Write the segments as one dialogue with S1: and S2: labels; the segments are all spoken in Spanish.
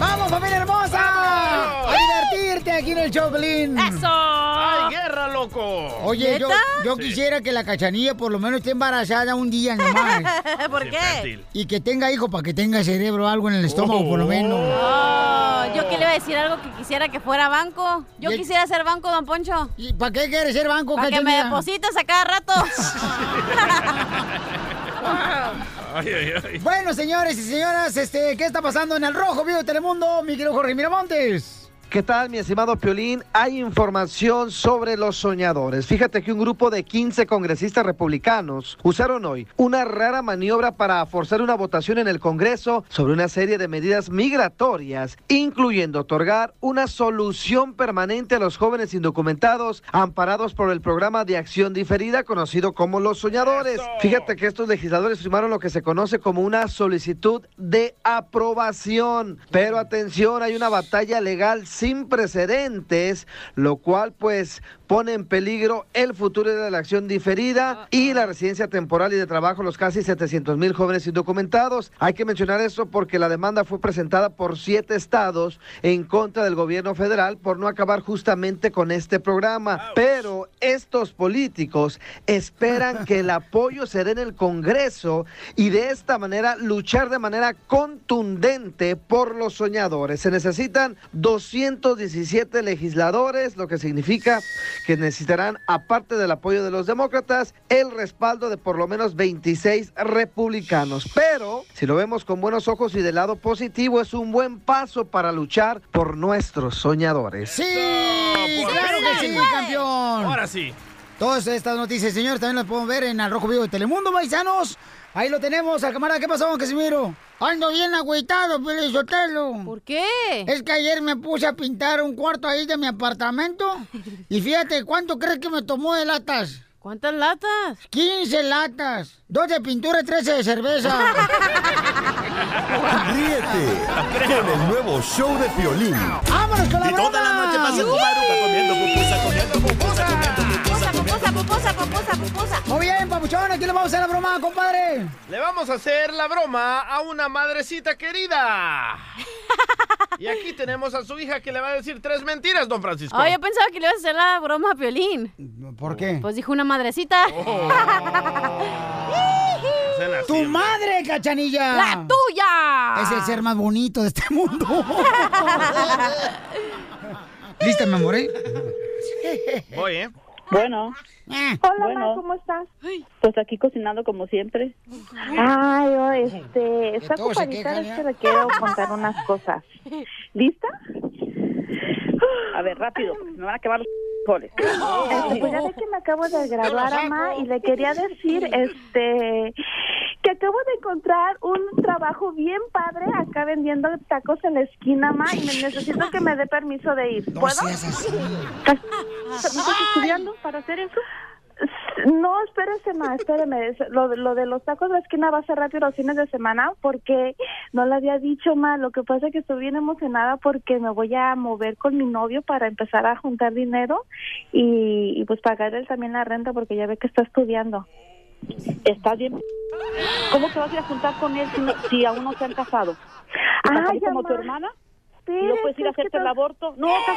S1: ¡Vamos, familia hermosa! ¡A divertirte aquí en el Choplin!
S2: ¡Eso!
S3: ¡Ay, guerra, loco!
S1: Oye, yo, yo quisiera que la cachanilla por lo menos esté embarazada un día nomás.
S2: ¿Por qué?
S1: Y que tenga hijo para que tenga cerebro o algo en el estómago, por lo menos.
S2: Oh, yo que le iba a decir algo que quisiera que fuera banco. Yo
S1: Ye-
S2: quisiera ser banco, don Poncho.
S1: ¿Y para qué quieres ser banco,
S2: Para que me
S1: Cachanilla?
S2: deposites a cada rato.
S3: Ay, ay, ay.
S1: Bueno, señores y señoras, este, ¿qué está pasando en el Rojo Vivo de Telemundo, mi querido Jorge Miramontes?
S4: ¿Qué tal, mi estimado Piolín? Hay información sobre los soñadores. Fíjate que un grupo de 15 congresistas republicanos usaron hoy una rara maniobra para forzar una votación en el Congreso sobre una serie de medidas migratorias, incluyendo otorgar una solución permanente a los jóvenes indocumentados amparados por el programa de acción diferida conocido como los soñadores. Fíjate que estos legisladores firmaron lo que se conoce como una solicitud de aprobación. Pero atención, hay una batalla legal sin precedentes, lo cual pues pone en peligro el futuro de la acción diferida y la residencia temporal y de trabajo los casi 700 mil jóvenes indocumentados. Hay que mencionar esto porque la demanda fue presentada por siete estados en contra del gobierno federal por no acabar justamente con este programa. Pero estos políticos esperan que el apoyo se dé en el Congreso y de esta manera luchar de manera contundente por los soñadores. Se necesitan 217 legisladores, lo que significa que necesitarán, aparte del apoyo de los demócratas, el respaldo de por lo menos 26 republicanos. Pero, si lo vemos con buenos ojos y del lado positivo, es un buen paso para luchar por nuestros soñadores.
S1: ¡Sí!
S2: pues,
S1: ¡Claro que sí, campeón!
S3: Ahora sí.
S1: Todas estas noticias, señores, también las podemos ver en Al Rojo Vivo de Telemundo, paisanos. Ahí lo tenemos, al camarada. ¿Qué pasó, Casimiro? Ando bien agüitado, Sotelo.
S2: ¿Por qué?
S1: Es que ayer me puse a pintar un cuarto ahí de mi apartamento. Y fíjate, ¿cuánto crees que me tomó de latas?
S2: ¿Cuántas latas?
S1: 15 latas. Dos de pintura y 13 de cerveza.
S5: Ríete con el nuevo show de Piolín.
S1: ¡Vámonos con la
S5: Y toda
S1: broma!
S5: la noche pasas tu
S1: ¡Yupi!
S5: baruca comiendo pupusas, comiendo pupusas, comiendo
S2: Pupusa, pupusa, pupusa, pupusa, pupusa.
S1: Muy bien, papuchón, aquí le vamos a hacer la broma, compadre.
S3: Le vamos a hacer la broma a una madrecita querida. Y aquí tenemos a su hija que le va a decir tres mentiras, don Francisco.
S2: Ay, yo pensaba que le ibas a hacer la broma a Piolín.
S1: ¿Por qué?
S2: Pues dijo una madrecita.
S3: Hacen así,
S1: ¡Tu
S3: Oh, hombre.
S1: madre, cachanilla!
S2: ¡La tuya!
S1: Es el ser más bonito de este mundo. ¿Lista, me moré?
S3: Voy, ¿eh?
S6: Bueno,
S1: Ah.
S7: Hola,
S6: Bueno.
S7: ma, ¿cómo estás?
S6: pues aquí cocinando como siempre.
S7: Ay, oh, este, está
S1: todo se
S7: ocupadita,
S1: quejan,
S7: es
S1: ¿ya?
S7: que este, le quiero contar unas cosas. ¿Lista?
S6: A ver, rápido, porque me van a quemar los frijoles.
S7: Este, pues ya ve que me acabo de graduar, mamá, y le quería decir, este, que acabo de encontrar un trabajo bien padre acá vendiendo tacos en la esquina, ma, y me- necesito que me dé permiso de ir.
S1: No
S7: ¿Puedo?
S1: seas así.
S6: ¿Me estás estudiando para hacer eso?
S7: No, espérese, ma, espéreme. Es- Lo, lo de los tacos de la esquina va a ser rápido los fines de semana porque no le había dicho, ma. Lo que pasa es que estoy bien emocionada porque me voy a mover con mi novio para empezar a juntar dinero y, y, pues pagar él también la renta porque ya ve que está estudiando.
S6: ¿Estás bien? ¿Cómo te vas a ir a juntar con él si, no- si aún no se han casado? ¿Estás
S7: Ay,
S6: ahí como
S7: ama.
S6: tu hermana?
S7: Espérese,
S6: ¿No puedes ir a
S7: es que
S6: hacerte el
S7: to-
S6: aborto? No, estás-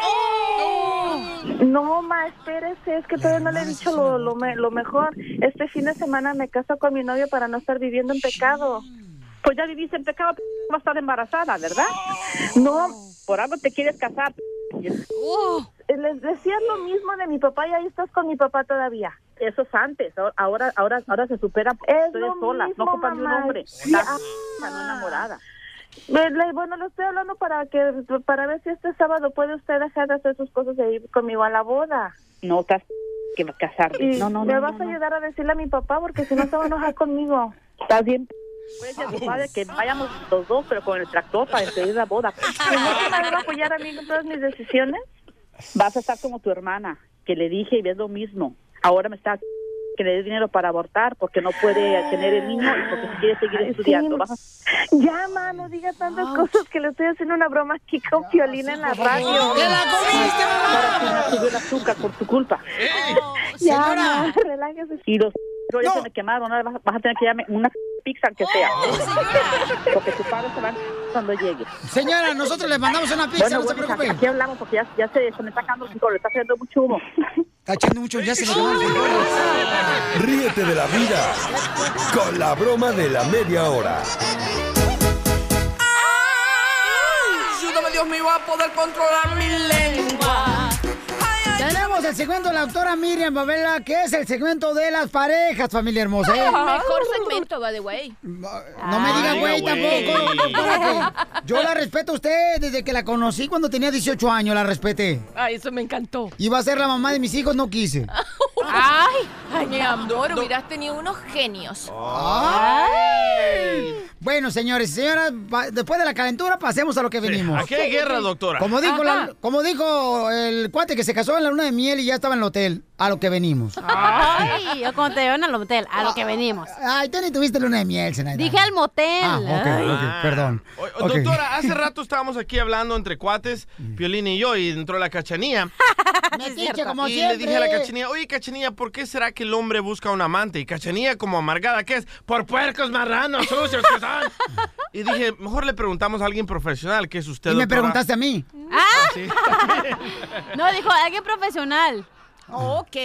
S7: No, ma, espérese, es que todavía no le he dicho lo, lo, me- lo mejor. Este fin de semana me caso con mi novio para no estar viviendo en pecado.
S6: pues ya viviste en pecado, p- vas a estar embarazada, ¿verdad?
S7: No,
S6: Por algo te quieres casar. p-
S7: Eh, Les decía lo mismo de mi papá y ahí estás con mi papá todavía.
S6: Eso es antes, ahora- ahora ahora ahora se supera,
S7: Es
S6: tú eres
S7: lo
S6: sola,
S7: mismo,
S6: no ocupas ni un
S7: mamá.
S6: hombre.
S7: Sí,
S6: Estás
S7: ah.
S6: no enamorada.
S7: Eh, le- Bueno, le estoy hablando para que para ver si este sábado puede usted dejar de hacer sus cosas e ir conmigo a la boda.
S6: No estás p- que va a casarte.
S7: Y
S6: No, no,
S7: me
S6: no.
S7: vas
S6: no,
S7: a
S6: no.
S7: ayudar a decirle a mi papá porque si no se va a enojar conmigo.
S6: Estás bien. Puedes decir a tu padre que vayamos los dos, pero con el tractor para despedir la boda.
S7: ¿Y no te van a apoyar a mí en todas mis decisiones?
S6: Vas a estar como tu hermana, que le dije y ves lo mismo. Ahora me estás que le dé dinero para abortar porque no puede tener el niño y porque se quiere seguir
S7: Ay, sí.
S6: estudiando. Vas-
S7: Ya, ma, no diga tantas cosas que le estoy haciendo una broma aquí con Piolín en la radio.
S1: ¡Te la comiste, mamá!
S6: Subió el azúcar por tu culpa.
S7: Ya,
S1: señora.
S7: ma, relájese.
S6: Y los ya
S1: No.
S6: se me quemaron. Ahora vas, vas a tener que darme una pizza que sea. Porque tus padres se van cuando llegue.
S1: Señora, nosotros le mandamos una pizza,
S6: Bueno,
S1: no se
S6: bueno,
S1: preocupe.
S6: aquí hablamos porque ya, ya se, se me está sacando el cinco, le está haciendo mucho humo.
S1: Está echando mucho, ya se le acabaron los frijoles.
S5: Ríete de la vida con la broma de la media hora.
S8: Ayúdame Dios mío a poder controlar mi lengua.
S1: Tenemos el segmento de la doctora Miriam Babela, que es el segmento de las parejas, familia hermosa. ¿eh?
S9: Mejor segmento, by the way.
S1: No me
S3: diga
S1: digan güey
S3: güey.
S1: tampoco. doctora, que Yo la respeto a usted desde que la conocí cuando tenía 18 años, la respeté.
S9: Ay, eso me encantó.
S1: Iba a ser la mamá de mis hijos, no quise.
S9: Ay, mi amor, hubieras tenido unos genios.
S1: Ah. Ay. Bueno, señores y señoras, va- después de la calentura pasemos a lo que venimos.
S3: Aquí hay guerra, doctora.
S1: Como dijo, la-
S9: Ajá.
S1: como dijo el cuate que se casó en la luna de miel y ya estaba en el hotel, a lo que venimos.
S3: Ah.
S2: Ay, yo cuando te llevan al hotel, a lo que venimos.
S1: Ay, tú ni tuviste luna de miel, Zenaida.
S2: Dije al motel.
S1: Ah, ok,
S2: Ay.
S1: ok, perdón.
S3: O- o-
S1: Ok. Mm.
S3: Doctora, hace rato estábamos aquí hablando entre cuates, Piolín y yo, y entró la cachanía.
S1: Metiche, como
S3: y
S1: siempre.
S3: le dije a la cachanía, oye, cachanía, ¿por qué será que el hombre busca un amante? Y cachanía, como amargada que es, por puercos marranos sucios que son. y dije, mejor le preguntamos a alguien profesional, que es usted,
S1: Y me
S3: doctora?"
S1: preguntaste a mí.
S2: No, dijo alguien profesional.
S9: Ok,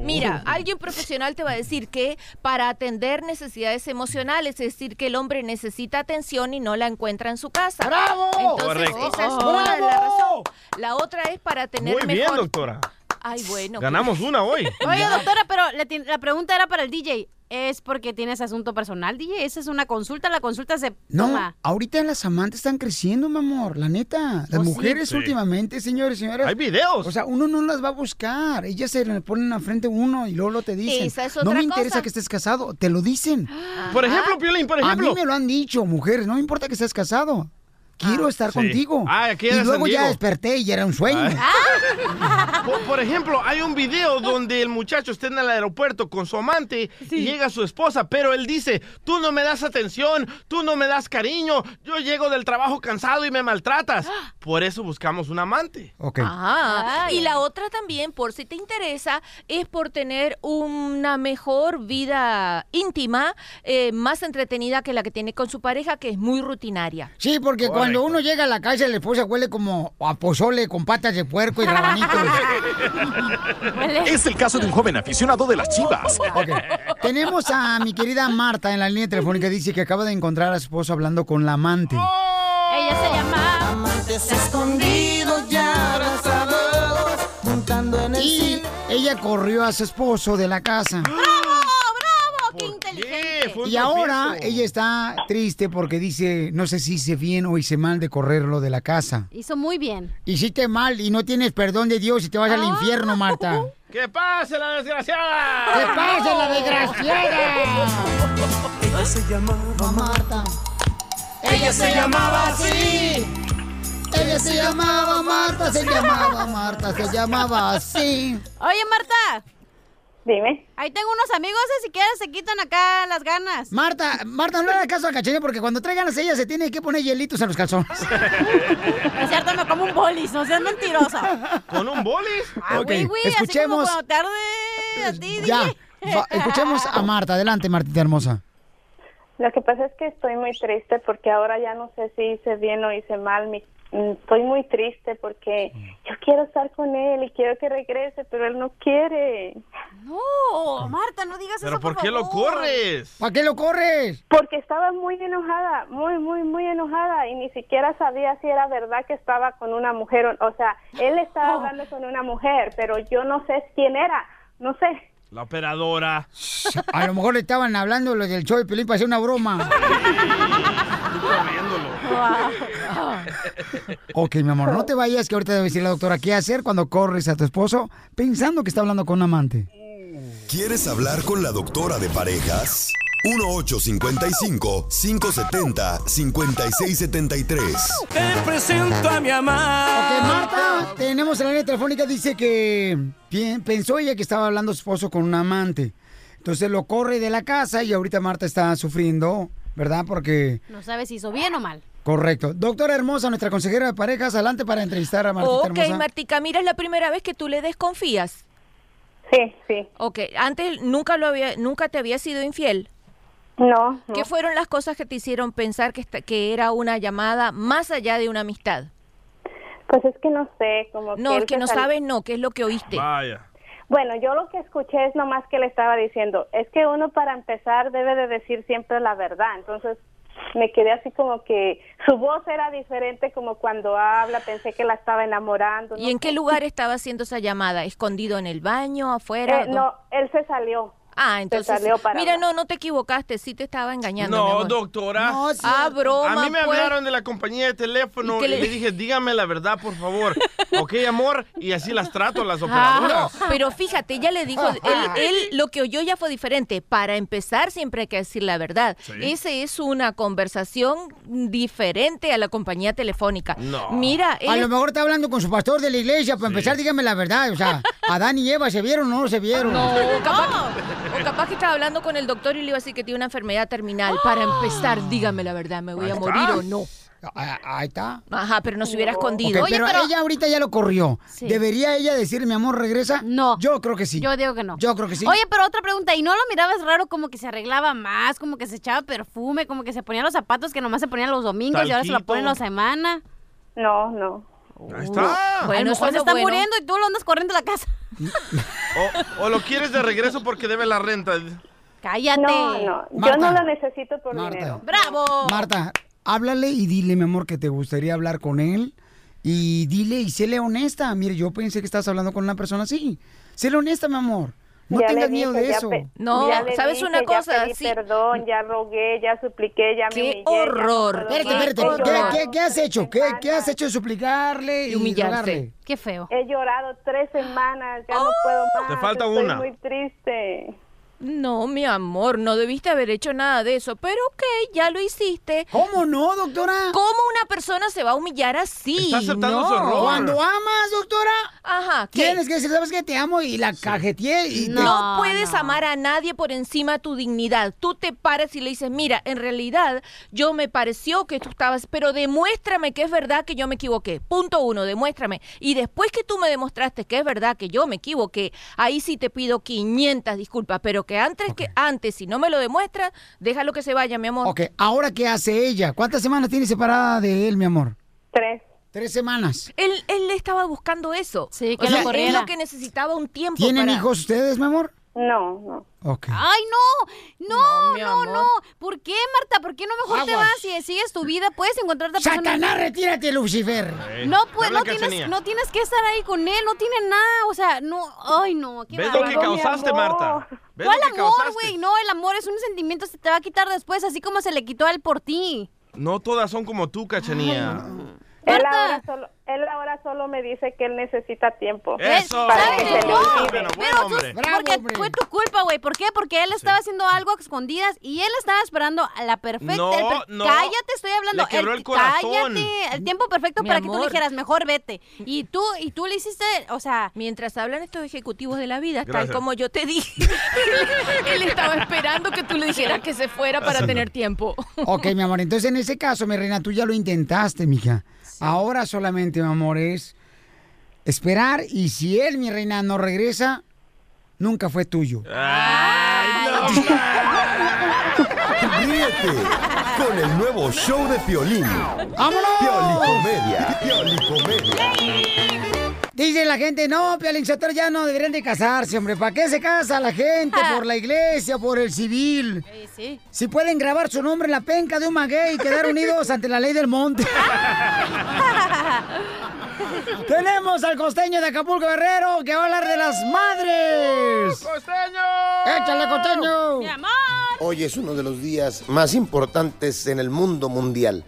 S9: mira, alguien profesional te va a decir que para atender necesidades emocionales, es decir, que el hombre necesita atención y no la encuentra en su casa.
S1: ¡Bravo!
S9: Entonces,
S3: Correcto.
S9: esa es
S1: ¡Bravo!
S9: una de las razones. La otra es para tener
S3: Muy bien,
S9: mejor.
S3: doctora.
S9: Ay, bueno.
S3: Ganamos una hoy.
S2: Oye, doctora, pero le ti- la pregunta era para el DJ. ¿Es porque tienes asunto personal, DJ? Esa es una consulta, la consulta se
S1: No,
S2: toma.
S1: ahorita las amantes están creciendo, mi amor, la neta. Las
S2: Oh, sí.
S1: mujeres
S3: Sí.
S1: últimamente, señores y señoras.
S3: Hay videos.
S1: O sea, uno no las va a buscar. Ellas se le ponen al frente a uno y luego lo te dicen.
S9: Esa es
S1: no
S9: otra
S1: me interesa
S9: cosa.
S1: que estés casado, te lo dicen.
S3: por ejemplo, Piolín, por
S1: A mí
S3: ejemplo.
S1: me lo han dicho, mujeres, no me importa que estés casado. Quiero estar
S3: Sí.
S1: contigo.
S3: Ah, aquí Ah.
S1: y
S3: era
S1: luego
S3: San
S1: ya
S3: Diego.
S1: desperté y ya era un sueño. Ah.
S3: Por, por ejemplo, hay un video donde el muchacho está en el aeropuerto con su amante y llega su esposa, pero él dice, tú no me das atención, tú no me das cariño, yo llego del trabajo cansado y me maltratas. Por eso buscamos un amante.
S1: Ok.
S9: Ah. Ajá.
S2: Ay.
S9: Y la otra también, por si te interesa, es por tener una mejor vida íntima, eh, más entretenida que la que tiene con su pareja, que es muy rutinaria.
S1: Sí, porque cuando uno llega a la calle, la esposa huele como a pozole con patas de puerco y rabanitos.
S2: Huele.
S5: Es el caso de un joven aficionado de las chivas.
S1: Ok. Tenemos a mi querida Marta en la línea telefónica. Dice que acaba de encontrar a su esposo hablando con la amante.
S2: Ella se llama.
S1: Y ella corrió a su esposo de la casa.
S10: Ah,
S2: ¡Bravo, bravo! ¡Qué
S3: ¿Por
S2: inteligente!
S3: qué? Fue un
S1: Y ahora
S3: tropiezo.
S1: ella está triste porque dice, no sé si hice bien o hice mal de correrlo de la casa.
S2: Hizo muy bien.
S1: Hiciste mal y no tienes perdón de Dios y te vas al infierno, Marta.
S3: ¡Que pase la
S1: ¡Te
S3: desgraciada!
S1: pasa la desgraciada!
S5: Ella se llamaba
S1: Marta. Ella se llamaba así. Ella se llamaba Marta, se llamaba Marta, se llamaba así.
S2: Oye, Marta,
S7: Dime.
S2: ahí tengo unos amigos, eh, si quieres se quitan acá las ganas.
S1: Marta, Marta, no le hagas caso a Cachanilla porque cuando traigan las ella se tiene que poner hielitos en los calzones.
S2: Es cierto, me como un bolis, no seas mentirosa.
S3: ¿Con un bolis?
S2: Ah,
S1: Ok,
S2: güey, güey,
S1: escuchemos.
S2: así como cuando tarde a ti,
S1: Ya,
S2: DJ.
S1: va, escuchemos a Marta. Adelante, Martita hermosa.
S7: Lo que pasa es que estoy muy triste porque ahora ya no sé si hice bien o hice mal. Mi- mm, estoy muy triste porque yo quiero estar con él y quiero que regrese, pero él no quiere.
S2: No, Marta, no digas
S3: ¿Pero
S2: eso, por,
S3: por qué lo
S2: favor.
S3: corres?
S1: ¿Para qué lo corres?
S7: Porque estaba muy enojada, muy, muy, muy enojada y ni siquiera sabía si era verdad que estaba con una mujer. O, o sea, él estaba hablando con una mujer, pero yo no sé quién era, no sé.
S3: La operadora.
S1: A lo mejor le estaban hablando los del show de Pelín para hacer una broma. ok, mi amor, no te vayas que ahorita debe decir la doctora qué hacer cuando corres a tu esposo pensando que está hablando con un amante.
S5: ¿Quieres hablar con la doctora de parejas? 1855-570-5673.
S1: Ok, Marta, tenemos en la línea telefónica, dice que pi- pensó ella que estaba hablando su esposo con un amante. Entonces lo corre de la casa y ahorita Marta está sufriendo, ¿verdad? Porque...
S2: No sabe si hizo bien o mal.
S1: Correcto. Doctora Hermosa, nuestra consejera de parejas, adelante para entrevistar a Martita
S9: Ok,
S1: Hermosa.
S9: Martica, mira, es la primera vez que tú le desconfías.
S11: Sí, sí.
S9: Ok, antes nunca, lo había, nunca te había sido infiel.
S11: No, no.
S9: ¿Qué fueron las cosas que te hicieron pensar que, esta- que era una llamada más allá de una amistad?
S11: Pues es que no sé, como
S9: No,
S11: él
S9: es que
S11: se
S9: no
S11: sal-
S9: sabes, no, ¿qué es lo que oíste?
S3: Vaya.
S11: Bueno, yo lo que escuché es nomás que le estaba diciendo, es que uno para empezar debe de decir siempre la verdad, entonces me quedé así como que su voz era diferente como cuando habla, pensé que la estaba enamorando.
S9: ¿Y en qué lugar estaba haciendo esa llamada? ¿Escondido en el baño, afuera?
S11: Eh, no, él se salió.
S9: Ah, entonces.
S11: salió para
S9: mira, no, no te equivocaste, sí te estaba engañando. mi
S3: No,
S9: amor.
S3: doctora.
S9: No, es Ah, cierto. broma,
S3: A mí me
S9: pues.
S3: hablaron de la compañía de teléfono
S9: ¿Y
S3: y,
S9: qué le-
S3: le... dije, dígame la verdad, por favor. ok, amor, y así las trato las
S9: Ah,
S3: operadoras.
S9: no, pero fíjate, ya le dijo, él, él lo que oyó ya fue diferente. Para empezar, siempre hay que decir la verdad.
S12: Sí.
S9: Esa es una conversación diferente a la compañía telefónica.
S1: No.
S9: Mira,
S1: A
S9: él-
S1: lo mejor está hablando con su pastor de la iglesia. Para empezar, dígame la verdad. O sea, Adán y Eva se vieron o no se vieron.
S9: No, o capaz, que, o capaz que estaba hablando con el doctor y le iba a decir que tiene una enfermedad terminal. Para empezar, dígame la verdad, ¿me voy a
S1: Ahí
S9: morir
S1: está. Ah,
S9: o no?
S1: Ahí está.
S9: Ajá, pero no se hubiera escondido.
S1: Ok,
S9: Oye,
S1: pero,
S9: pero-
S1: ella ahorita ya lo corrió.
S2: Sí.
S1: ¿Debería ella decir, mi amor, regresa? No. Yo creo que sí.
S2: Yo digo que no.
S1: Yo creo que sí.
S2: Oye, pero otra pregunta, ¿y no lo mirabas raro como que se arreglaba más, como que se echaba perfume, como que se ponía los zapatos que nomás se ponían los domingos y ahora se lo
S11: Talquito.
S2: ponen la semana?
S11: No, no.
S3: Ahí está.
S2: a lo
S3: Bueno,
S2: mejor se
S3: eso es
S2: está
S3: bueno.
S2: muriendo y tú lo andas corriendo a la casa.
S3: O, o lo quieres de regreso porque debe la renta.
S2: Cállate.
S11: No, no, yo no lo necesito por dinero.
S2: ¡Bravo!
S1: Marta, háblale y dile, mi amor, que te gustaría hablar con él. Y dile y séle honesta. Mire, yo pensé que estabas hablando con una persona así. Séle honesta, mi amor. No
S11: Ya le
S1: tengas miedo
S11: dije,
S1: de
S11: ya
S1: eso.
S11: pe- ya le dije, Ya pedí perdón, ya rogué, ya supliqué, ya me humillé, ya no puedo
S1: Espérate,
S11: más,
S1: espérate.
S11: he llorado.
S1: ¿Qué, qué- qué has hecho? ¿Qué, qué has hecho de suplicarle y, humillarle?
S2: Qué feo.
S11: He llorado tres semanas, ya no puedo más.
S1: Te falta
S11: estoy
S1: una.
S11: muy triste.
S9: No, mi amor, no debiste haber hecho nada de eso, pero ok, ya lo hiciste.
S1: ¿Cómo no, doctora?
S9: ¿Cómo una persona se va a humillar así?
S3: Está aceptando
S9: No.
S3: su error.
S1: Cuando amas, doctora,
S9: Ajá, ¿qué?
S1: tienes que decir, ¿sabes qué? Te amo y la cajeteé y te-
S9: No, puedes amar a nadie por encima de tu dignidad. Tú te paras y le dices, mira, en realidad yo me pareció que tú estabas, pero demuéstrame que es verdad que yo me equivoqué. Punto uno, demuéstrame. Y después que tú me demostraste que es verdad que yo me equivoqué, ahí sí te pido 500 disculpas, pero que antes, que antes si no me lo demuestras, déjalo que se vaya, mi amor.
S1: Ok, ahora qué hace ella? ¿Cuántas semanas tiene separada de él, mi amor?
S11: Tres.
S1: Tres semanas.
S9: Él, él estaba buscando eso. Sí,
S1: que lo
S9: es
S1: corriera.
S9: lo que necesitaba un tiempo.
S1: ¿Tienen
S9: para-
S1: hijos ustedes, mi amor?
S11: No, no.
S1: Ok.
S2: ¡Ay, no! ¡No, no, no!
S9: amor.
S2: ¿Por qué, Marta? ¿Por qué no mejor te
S1: Aguas.
S2: vas y sigues tu vida? Puedes encontrarte a
S1: Satanás, retírate, Lucifer.
S3: Eh,
S2: No, pues, no
S1: Habla
S2: tienes,
S1: Cachanilla.
S2: no tienes que estar ahí con él, no tiene nada, o sea, no, ay, no, qué
S3: ¿Ves lo que
S2: bárbaro.
S3: causaste, Marta? ¿Ves
S2: ¿Cuál
S3: lo que
S2: amor,
S3: causaste?
S2: güey? No, el amor es un sentimiento que se te va a quitar después, así como se le quitó a él por ti.
S3: No todas son como tú, Cachanía.
S11: Él ahora, solo, él ahora solo me dice que él necesita tiempo.
S3: Eso.
S11: Para que se le olvide.
S3: Bueno, buen hombre.
S2: Porque fue tu culpa, güey. ¿Por qué? Porque él estaba haciendo algo a escondidas y él estaba esperando a la perfecta.
S3: No,
S2: el per-
S3: no.
S2: Cállate, estoy hablando.
S3: Le quebró el corazón.
S2: cállate, el tiempo perfecto
S9: Mi
S2: para que tú le
S9: amor.
S2: dijeras, mejor vete. Y tú, y tú le hiciste, o sea.
S9: Mientras hablan estos ejecutivos de la vida, tal
S2: Gracias.
S9: como yo te dije. Él estaba esperando que tú le dijeras que se fuera para tener tiempo.
S1: Ok, mi amor, entonces en ese caso, mi reina, tú ya lo intentaste, mija. Ahora solamente, mi amor, es esperar y si él, mi reina, no regresa, nunca fue tuyo.
S5: Ríete con el nuevo show de Piolín.
S1: ¡Vámonos!
S5: Piolicomedia. Piolicomedia.
S1: Dice la gente, no, Piolín Sotelo, ya no deberían de casarse, hombre. ¿Para qué se casa la gente? ¿Por la iglesia? ¿Por el civil?
S2: sí.
S1: Si pueden grabar su nombre en la penca de un maguey y quedar unidos ante la ley del monte. Tenemos al costeño de Acapulco Guerrero que va a hablar de las madres.
S3: ¡Costeño!
S1: ¡Échale, costeño!
S2: Mi amor.
S13: Hoy es uno de los días más importantes en el mundo mundial,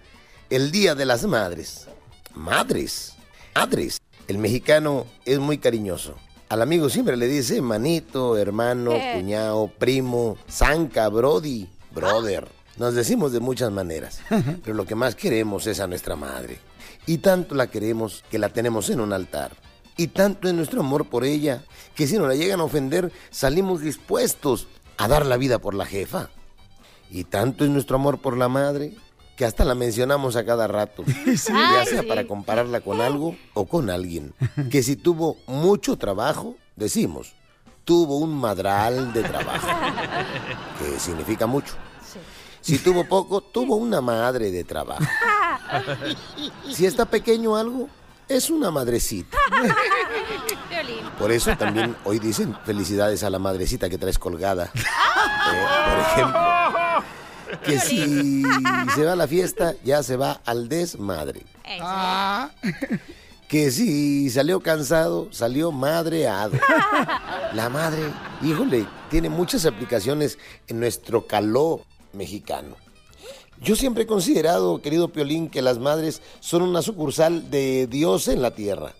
S13: el Día de las Madres. Madres, madres. El mexicano es muy cariñoso. Al amigo siempre le dice manito, hermano,
S10: Eh.
S13: cuñado, primo, zanca, brody, brother. Nos decimos de muchas maneras, pero lo que más queremos es a nuestra madre. Y tanto la queremos que la tenemos en un altar. Y tanto es nuestro amor por ella que si nos la llegan a ofender, salimos dispuestos a dar la vida por la jefa. Y tanto es nuestro amor por la madre que hasta la mencionamos a cada rato, ya
S12: Ay,
S13: sea
S12: sí.
S13: para compararla con algo o con alguien. Que si tuvo mucho trabajo, decimos, tuvo un madral de trabajo, que significa mucho. Si tuvo poco, tuvo una madre de trabajo. Si está pequeño algo, es una madrecita.
S12: Piolín.
S13: Por eso también hoy dicen felicidades a la madrecita que traes colgada. Eh, por ejemplo, que si se va a la fiesta, ya se va al desmadre. Que si salió cansado, salió madreado. La madre, híjole, tiene muchas aplicaciones en nuestro caló mexicano. Yo siempre he considerado, querido Piolín, que las madres son una sucursal de Dios en la tierra.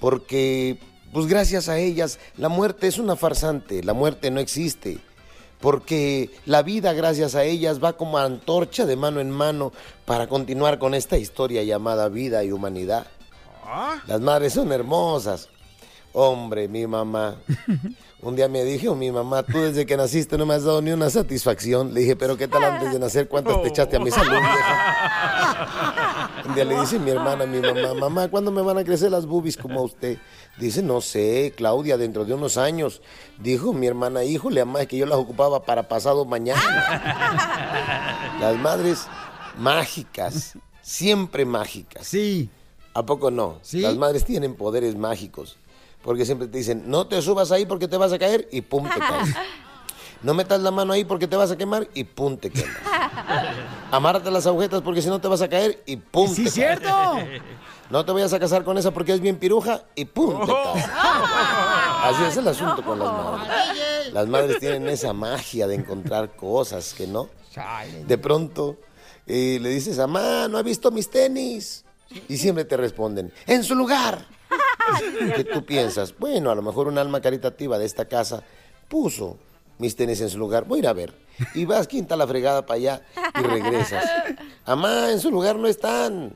S13: Porque, pues gracias a ellas, la muerte es una farsante, la muerte no existe. Porque la vida, gracias a ellas, va como antorcha de mano en mano para continuar con esta historia llamada vida y humanidad. Las madres son hermosas. Hombre, mi mamá. Un día me dijo mi mamá, tú desde que naciste no me has dado ni una satisfacción. Le dije, pero ¿qué tal antes de nacer? ¿Cuántas te echaste a mi salud? Un día le dice mi hermana a mi mamá, mamá, ¿cuándo me van a crecer las boobies como a usted? Dice, no sé, Claudia, dentro de unos años. Dijo mi hermana, híjole, mamá, es que yo las ocupaba para pasado mañana. Las madres mágicas, siempre mágicas.
S1: Sí.
S13: ¿A poco no? Las madres tienen poderes mágicos. Porque siempre te dicen, no te subas ahí porque te vas a caer y pum, te caes. No metas la mano ahí porque te vas a quemar y pum, te quemas. Amárrate las agujetas porque si no te vas a caer y pum,
S1: Sí,
S13: te caes.
S1: cierto.
S13: No te vayas a casar con esa porque es bien piruja y pum, te
S1: Oh.
S13: caes. Así es el asunto con las madres. Las madres tienen esa magia de encontrar cosas que no. De pronto eh, le dices, mamá, no he visto mis tenis. Y siempre te responden, en su lugar. Que tú piensas, bueno, a lo mejor un alma caritativa de esta casa puso mis tenis en su lugar, voy a ir a ver. Y vas quinta la fregada para allá y regresas. Mamá, en su lugar no están.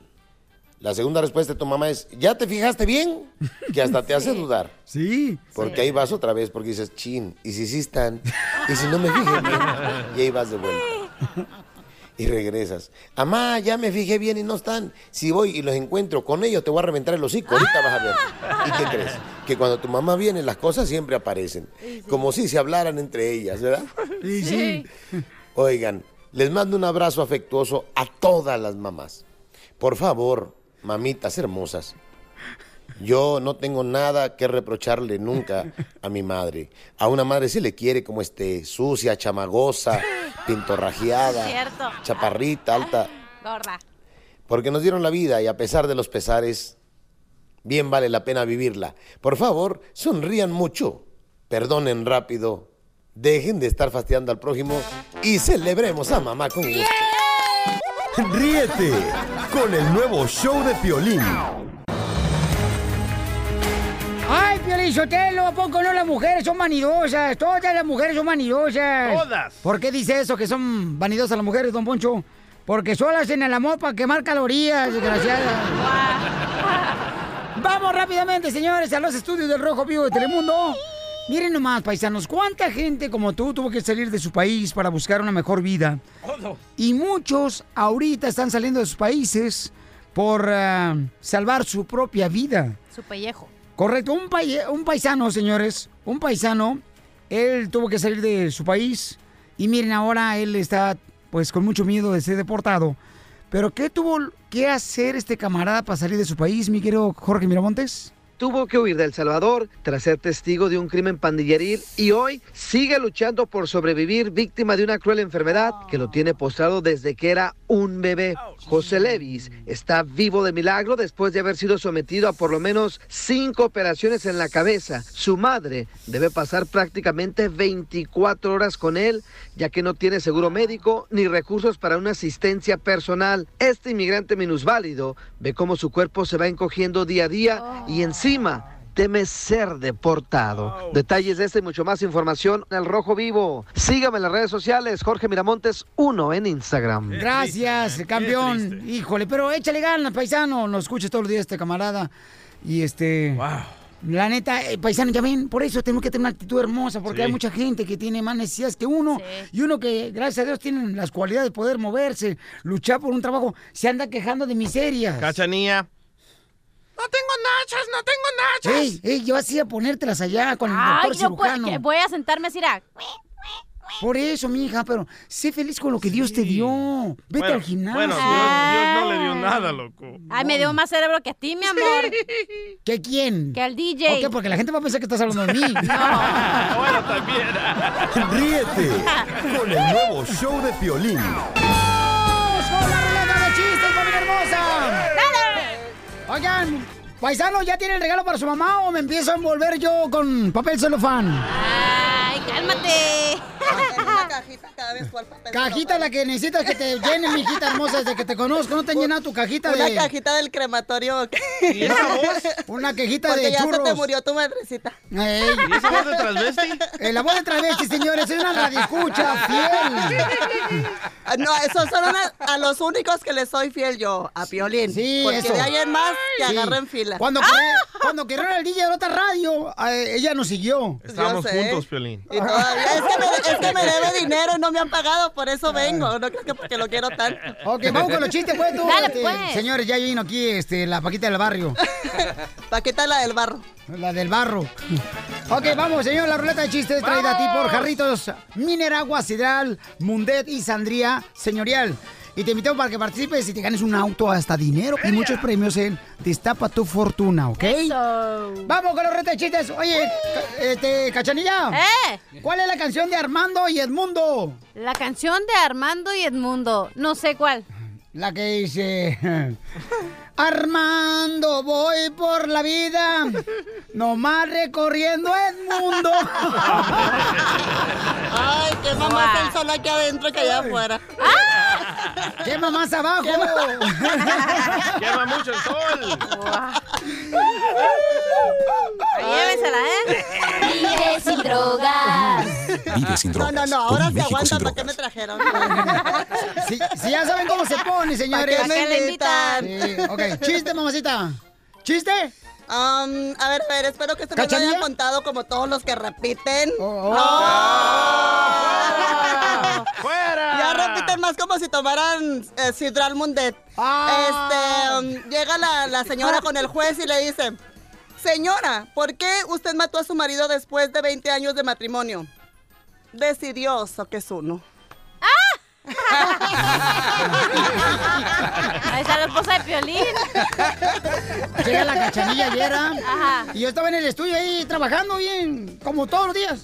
S13: La segunda respuesta de tu mamá es, ¿ya te fijaste bien? Que hasta te hace dudar.
S1: Sí.
S13: Porque ahí vas otra vez, porque dices, chin, y si sí están, y si no me fijé bien, y ahí vas de vuelta. Y regresas. Amá, ya me fijé bien y no están. Si voy y los encuentro con ellos, te voy a reventar el hocico. Ahorita vas a ver. ¿Y qué crees? Que cuando tu mamá viene, las cosas siempre aparecen. Como si se hablaran entre ellas, ¿verdad?
S1: Sí, sí.
S13: Oigan, les mando un abrazo afectuoso a todas las mamás. Por favor, mamitas hermosas. Yo no tengo nada que reprocharle nunca a mi madre. A una madre se le quiere como esté, sucia, chamagosa, pintorrajeada,
S2: Cierto.
S13: chaparrita, alta,
S2: Gorda.
S13: porque nos dieron la vida y a pesar de los pesares, bien vale la pena vivirla. Por favor, sonrían mucho, perdonen rápido, dejen de estar fastidiando al prójimo y celebremos a mamá con gusto.
S5: Ríete con el nuevo show de Piolín.
S1: Ay, Piolín Sotelo, ¿a poco no las mujeres son vanidosas? Todas las mujeres son vanidosas.
S3: Todas.
S1: ¿Por qué dice eso que son vanidosas las mujeres, don Poncho? Porque solo hacen el amor para quemar calorías, desgraciada. Vamos rápidamente, señores, a los estudios del Rojo Vivo de Telemundo. Miren nomás, paisanos, cuánta gente como tú tuvo que salir de su país para buscar una mejor vida. Y muchos ahorita están saliendo de sus países por ah, salvar su propia vida.
S2: Su pellejo.
S1: Correcto, un, pai- un paisano, señores, un paisano, él tuvo que salir de su país y miren, ahora él está pues con mucho miedo de ser deportado. Pero ¿qué tuvo que hacer este camarada para salir de su país, mi querido Jorge Miramontes?
S4: tuvo que huir de El Salvador tras ser testigo de un crimen pandilleril y hoy sigue luchando por sobrevivir víctima de una cruel enfermedad que lo tiene postrado desde que era un bebé. José Levis está vivo de milagro después de haber sido sometido a por lo menos cinco operaciones en la cabeza. Su madre debe pasar prácticamente 24 horas con él ya que no tiene seguro médico ni recursos para una asistencia personal. Este inmigrante minusválido ve cómo su cuerpo se va encogiendo día a día y encima teme ser deportado. Detalles de este y mucho más información en El Rojo Vivo. Sígame en las redes sociales, Jorge Miramontes 1 en Instagram.
S3: ¿eh?
S1: Gracias, campeón. Híjole, pero échale ganas, paisano. Nos escucha todos los días este camarada. Y este. La neta, eh, paisano, ya ven, por eso tenemos que tener una actitud hermosa, porque
S10: Sí.
S1: hay mucha gente que tiene más necesidades que uno, y uno que, gracias a Dios, tienen las cualidades de poder moverse, luchar por un trabajo, se anda quejando de miserias.
S3: Cachanía. No tengo nachas, no tengo nachas.
S1: Ey, ey, yo así a ponértelas allá con el
S2: Ay, pues,
S1: doctor
S2: no puedo,
S1: cirujano.
S2: que voy a sentarme así, a...
S1: Por eso, mija, pero sé feliz con lo que Dios te dio. Vete
S3: Bueno,
S1: al gimnasio.
S3: Bueno, Dios, Dios no le dio nada, loco.
S2: Ay, me dio más cerebro que a ti, mi amor.
S1: ¿Que quién?
S2: Que al DJ.
S1: Ok, porque la gente va a pensar que estás hablando de mí.
S3: Bueno, también.
S5: Ríete con el nuevo show de Piolín.
S1: ¡Vamos con la ruleta de chistes, familia hermosa! Oigan, paisano, ¿ya tiene el regalo para su mamá o me empiezo a envolver yo con papel celofán?
S2: Ay, cálmate.
S1: Cajita la que necesitas que te llenen, mijita hermosa, desde que te conozco. No te han llenado tu cajita
S14: Una
S1: de...
S14: cajita del crematorio.
S1: ¿Y esa voz? Una cajita
S14: Porque
S1: de
S14: ya se te
S1: churros.
S14: murió tu madrecita.
S1: Ey.
S14: ¿Y esa voz de travesti?
S1: Eh, la voz de travesti, señores, es una radioescucha fiel.
S14: Ah, No, esos son una- a los únicos que les soy fiel yo, a Piolín.
S1: Sí,
S14: porque
S1: eso.
S14: de ahí en más que
S1: Sí.
S14: agarren fila. ¡Ah!
S1: Cuando, quería- cuando quería el DJ de otra radio, eh, ella nos siguió.
S3: Estábamos
S14: Pues Yo sé.
S3: juntos, Piolín.
S14: Y todavía, es que, me, es que me debe dinero, no me han pagado, por eso vengo. No creo que porque lo quiero tanto.
S1: Ok, vamos con los chistes, pues, tú.
S14: Dale,
S1: este,
S14: pues.
S1: Señores, ya vino aquí este, la Paquita del Barrio.
S14: Paquita la del barro.
S1: La del barro. Ok, vamos, señor, la ruleta de chistes traída a ti por Jarritos Mineragua, Sidral, Mundet y Sandría Señorial. Y te invitamos para que participes y te ganes un auto hasta dinero y muchos premios en Destapa tu Fortuna, ¿ok? Vamos con la ruleta de chistes. Oye, ca- este, Cachanilla.
S14: ¡Eh!
S1: ¿Cuál es la canción de Armando y Edmundo?
S2: La canción de Armando y Edmundo. No sé cuál.
S1: La que dice... Armando, voy por la vida, nomás recorriendo el mundo.
S14: Ay, qué mamá el sol aquí adentro que allá afuera.
S15: ¡Ah!
S1: ¡Quema más abajo!
S3: Quema mucho el sol.
S2: Llévensela, ¿eh?
S14: Vive sin drogas.
S16: Vive sin
S14: No,
S16: drogas.
S14: no, no,
S16: Por
S14: ahora se
S16: México sin
S14: aguanta para qué
S16: drogas.
S14: me trajeron.
S1: Si, si ya saben cómo se pone, señores.
S14: ¿Para qué me invitan?
S1: Sí, ok, chiste, mamacita. ¿Chiste?
S14: Um, a ver, a ver, espero que se me lo
S1: ¿Cachanilla? Oh,
S14: hayan contado como todos los que repiten. ¡Fuera! Ya repiten más como si tomaran eh, Sidral Mundet.
S1: Ah.
S14: Este, um, llega la, la señora con el juez y le dice, señora, ¿por qué usted mató a su marido después de 20 años de matrimonio? Decidioso que es uno.
S2: Ahí está la esposa de Piolín.
S1: Llega la cachanilla ayer. ¿ah?
S2: Ajá.
S1: Y yo estaba en el estudio ahí trabajando bien, como todos los días.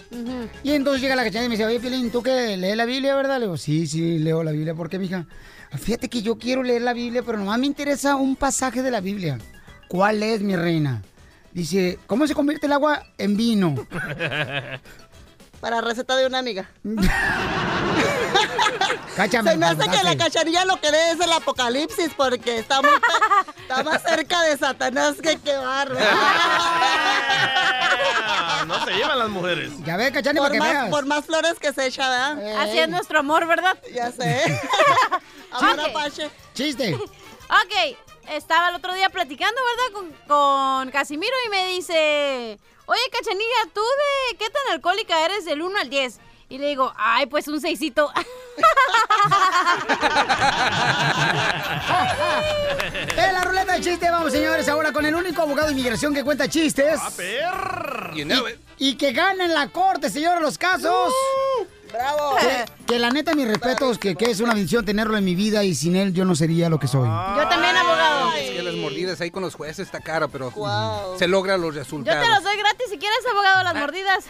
S1: Y entonces llega la cachanilla y me dice, oye, Pilín, ¿tú que lees la Biblia, verdad? Le digo, sí, sí, leo la Biblia. ¿Por qué, mija? Fíjate que yo quiero leer la Biblia, pero nomás me interesa un pasaje de la Biblia. ¿Cuál es, mi reina? Dice, ¿cómo se convierte el agua en vino?
S14: Para receta de una amiga.
S1: Cáchame,
S14: Se me hace que la
S1: mandaste.
S14: cacharilla lo que lee es el apocalipsis porque está, muy pe- está más cerca de Satanás que qué barro.
S3: Ah, no se llevan las mujeres.
S1: Ya ve, Cachani,
S14: por,
S3: para que
S14: más-
S3: veas.
S14: por más flores que se echa,
S1: Eh.
S14: ¿verdad?
S2: Así es nuestro amor, ¿verdad?
S14: Ya sé.
S2: Ok.
S1: Chiste.
S2: Ok, estaba el otro día platicando, ¿verdad? Con, con Casimiro y me dice, oye, Cachanilla, ¿tú de qué tan alcohólica eres del 1 al 10? Y le digo, ay, pues un seisito.
S1: En la ruleta de chistes, vamos, señores, ahora con el único abogado de inmigración que cuenta chistes. Y, y que gana en la corte, señores, los casos.
S14: ¡Bravo!
S1: Que, que la neta, mis respetos, que, que es una bendición tenerlo en mi vida y sin él yo no sería lo que soy.
S15: Yo también, abogado. Es que las mordidas ahí con los jueces está cara, pero se logran los
S2: Yo
S15: resultados.
S2: te los doy gratis si quieres, abogado, las mordidas.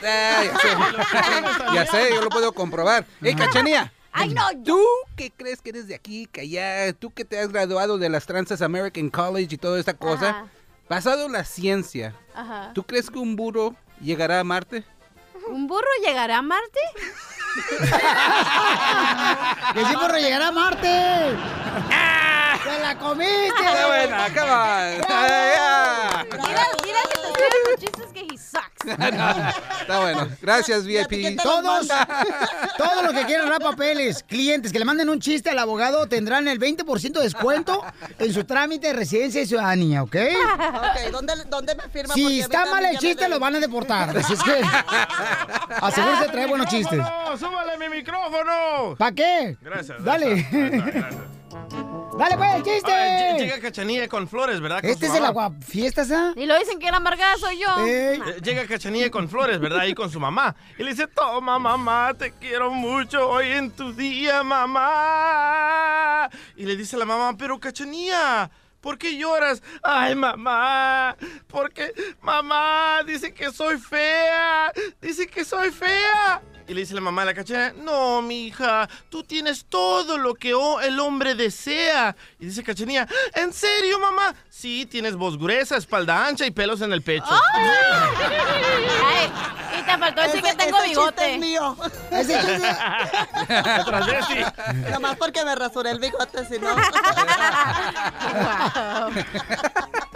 S15: Ya sé, yo lo puedo comprobar. ¡Ey, Cachanía!
S2: Ay, no,
S15: ¿Tú qué crees que eres de aquí, que allá? ¿Tú que te has graduado de las tranzas American College y toda esta cosa?
S2: Ajá. Ah.
S15: Basado en la ciencia,
S2: Ajá.
S15: ¿tú crees que un burro llegará a Marte?
S2: ¿Un burro llegará a Marte?
S1: ¡Que sí por llegar a Marte! ¡Te la comiste!
S15: ¡Qué buena! Ah, ¡Come on! Ah,
S2: Mira, mira que te estoy dando chistes que he sucks.
S15: Ah, Está bueno. Gracias, VIP.
S1: Todos, todos los que quieran dar papeles, clientes que le manden un chiste al abogado tendrán el 20% de descuento en su trámite de residencia y ciudadanía, ¿ok?
S14: Ok, ¿dónde, dónde me firma?
S1: Si
S14: Porque
S1: está
S14: ahorita
S1: mal
S14: a mí
S1: el
S14: ya me
S1: chiste,
S14: ven.
S1: lo van a deportar. Así es que asegúrese de traer buenos chistes.
S3: ¡No, súbale mi micrófono!
S1: ¿Para qué?
S3: Gracias.
S1: Dale. Dale, pues, el chiste.
S3: Ay, lle- llega Cachanilla con flores, ¿verdad? Con
S1: Este
S3: su
S1: es el
S3: mamá.
S1: aguafiestas, ¿ah?
S2: Y lo dicen que la amargada soy yo.
S3: Eh, Llega Cachanilla con flores, ¿verdad? Ahí con su mamá. Y le dice, toma mamá, te quiero mucho hoy en tu día, mamá. Y le dice la mamá, pero Cachanilla, ¿por qué lloras? Ay, mamá, porque mamá dice que soy fea, dice que soy fea. Y le dice la mamá a la cachanilla, no, mija, tú tienes todo lo que o- el hombre desea. Y dice cachanilla, ¿en serio, mamá? Sí, tienes voz gruesa, espalda ancha y pelos en el pecho.
S2: Ay, y te faltó decir
S14: Ese-
S2: que tengo
S14: ese chiste
S2: bigote.
S14: es mío.
S1: Ese
S14: Nomás porque me rasuré el bigote, si no.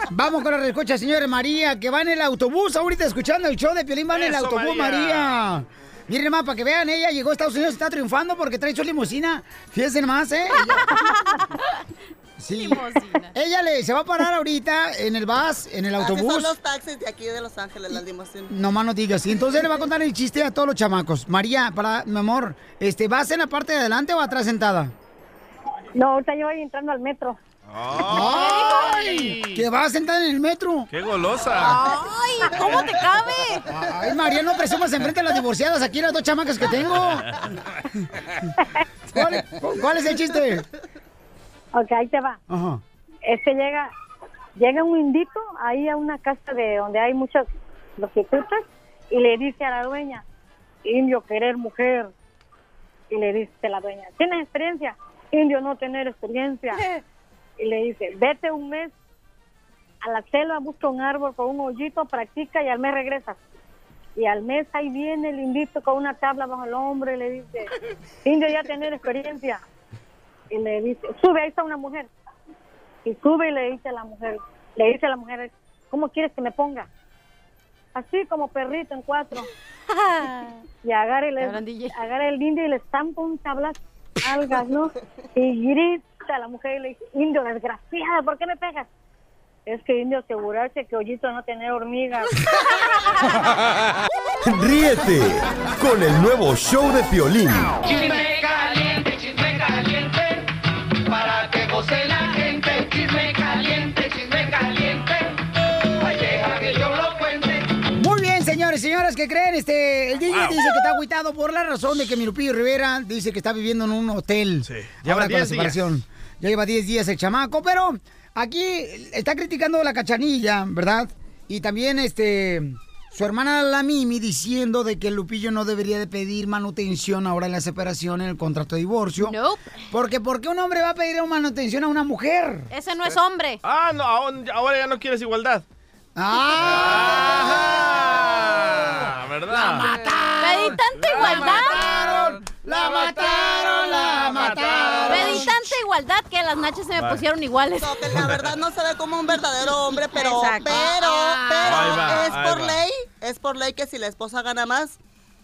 S1: Vamos con la recocha, señores. María, que va en el autobús ahorita escuchando el show de Piolín. Va en el
S14: Eso,
S1: autobús,
S14: María.
S1: María. Miren más, para que vean, ella llegó a Estados Unidos, está triunfando porque trae su limusina. Fíjense más, ¿eh? Ella- Sí. Ella le, se va a parar ahorita en el bus, en el
S14: Así son
S1: autobús.
S14: los taxis de aquí de Los Ángeles, las limusinas.
S1: No más no digas. Y entonces le va a contar el chiste a todos los chamacos. María, para, mi amor, este, ¿vas en la parte de adelante o atrás sentada?
S12: No, ahorita yo voy entrando al metro.
S1: ¡Oh! ¡Ay! ¿Que vas sentada en el metro?
S3: ¡Qué golosa!
S1: ¡Ay! ¿Cómo te cabe? Ay, María, no presumas enfrente a las divorciadas. Aquí las dos chamacas que tengo. ¿Cuál, cuál es este? el chiste?
S12: Ok, ahí te va.
S1: Ajá.
S12: Este llega, llega un indito ahí a una casa de donde hay muchas prostitutas y le dice a la dueña, indio querer mujer. Y le dice la dueña, ¿tienes experiencia? Indio no tener experiencia. Y le dice, vete un mes a la selva, busca un árbol con un hoyito, practica y al mes regresas. Y al mes ahí viene el indito con una tabla bajo el hombro y le dice, indio ya tener experiencia. Y le dice, sube, ahí está una mujer. Y sube y le dice a la mujer, le dice a la mujer, ¿cómo quieres que me ponga? Así como perrito en cuatro. y agarra, y le- agarra el indio y le estampa un tablazo, algas, ¿no? Y grita a la mujer y le dice, indio, desgraciada, ¿por qué me pegas? Es que indio asegurarse que hoyito no tener hormigas.
S5: Ríete con el nuevo show de Piolín.
S10: Chisme caliente, chisme caliente, para que goce la gente. Chisme caliente, chisme caliente, ay, deja que yo lo cuente.
S1: Muy bien, señores, señoras, ¿qué creen? Este, el DJ
S10: Wow.
S1: dice que está agüitado por la razón de que Milupillo Rivera dice que está viviendo en un hotel. Sí.
S10: Lleva
S1: Ahora con
S10: 10
S1: la
S10: días.
S1: separación. Ya lleva 10 días el chamaco, pero aquí está criticando la cachanilla, ¿verdad? Y también este su hermana la Mimi diciendo de que Lupillo no debería de pedir manutención ahora en la separación en el contrato de divorcio. No. Porque ¿por qué un hombre va a pedir manutención a una mujer?
S2: Ese no es hombre.
S3: Ah, no, ahora ahora ya no quieres igualdad. Ah, ¿verdad?
S2: Pedí tanta igualdad.
S1: La mataron, la mataron.
S2: Pedí tanta igualdad que las nachas se me
S14: Vale.
S2: pusieron iguales.
S14: No, que la verdad no se ve como un verdadero hombre, pero,
S2: Exacto. Ah,
S14: pero, pero
S2: Ahí va,
S14: es
S2: ahí
S14: por
S2: va.
S14: ley, es por ley que si la esposa gana más,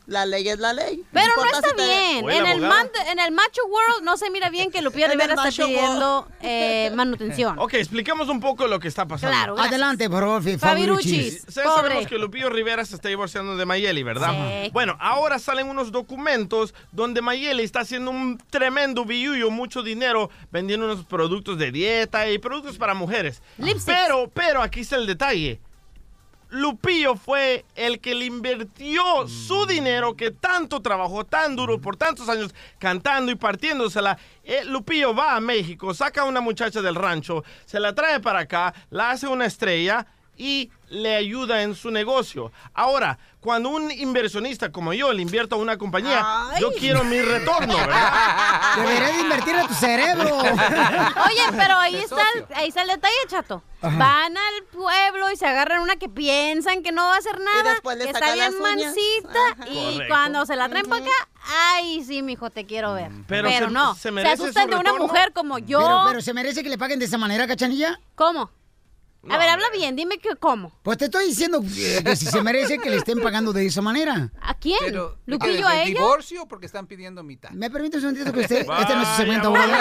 S14: la ley es la ley.
S2: Pero no
S14: importa
S2: está
S14: si te-
S2: bien. En el, man- en el Macho World no se mira bien que Lupillo
S14: En el
S2: Rivera está
S14: macho world.
S2: pidiendo eh, manutención.
S3: Ok, expliquemos un poco lo que está pasando.
S2: Claro, gracias.
S1: Adelante, por favor, Fi- Fabiruchis.
S3: Ya sabemos que Lupillo Rivera se está divorciando de Mayeli, ¿verdad?
S1: Sí.
S3: Bueno, ahora salen unos documentos donde Mayeli está haciendo un tremendo billuyo, mucho dinero, vendiendo unos productos de dieta y productos para mujeres. Pero, pero aquí está el detalle. Lupillo fue el que le invirtió su dinero que tanto trabajó, tan duro por tantos años, cantando y partiéndosela. Eh, Lupillo va a México, saca a una muchacha del rancho, se la trae para acá, la hace una estrella y le ayuda en su negocio. Ahora, cuando un inversionista como yo le invierto a una compañía, yo quiero mi retorno, ¿verdad?
S1: Deberías de invertir a tu cerebro.
S2: Oye, pero ahí está, el, ahí está el detalle, chato.
S1: Ajá.
S2: Van al pueblo y se agarran una que piensan que no va a hacer nada,
S14: después le
S2: que
S14: sacan
S2: está bien
S14: las uñas.
S2: mansita y
S3: Correcto.
S2: cuando se la traen para acá, ay, sí, mijo, te quiero ver.
S3: Mm, Pero
S2: Pero,
S3: se-
S2: no,
S3: se merece
S2: asustan
S3: su
S2: de una
S3: retorno.
S2: mujer como yo.
S1: Pero, pero ¿se merece que le paguen de esa manera, cachanilla?
S2: ¿Cómo? A ver, habla bien, dime que cómo.
S1: Pues te estoy diciendo que, que si se merece que le estén pagando de esa manera.
S2: ¿A quién?
S15: Pero,
S2: ¿Lupillo
S15: ¿de-
S2: a
S15: de
S2: ella?
S15: divorcio porque están pidiendo mitad.
S1: ¿Me permite un segundito que usted... Este no es su segmento, abogado.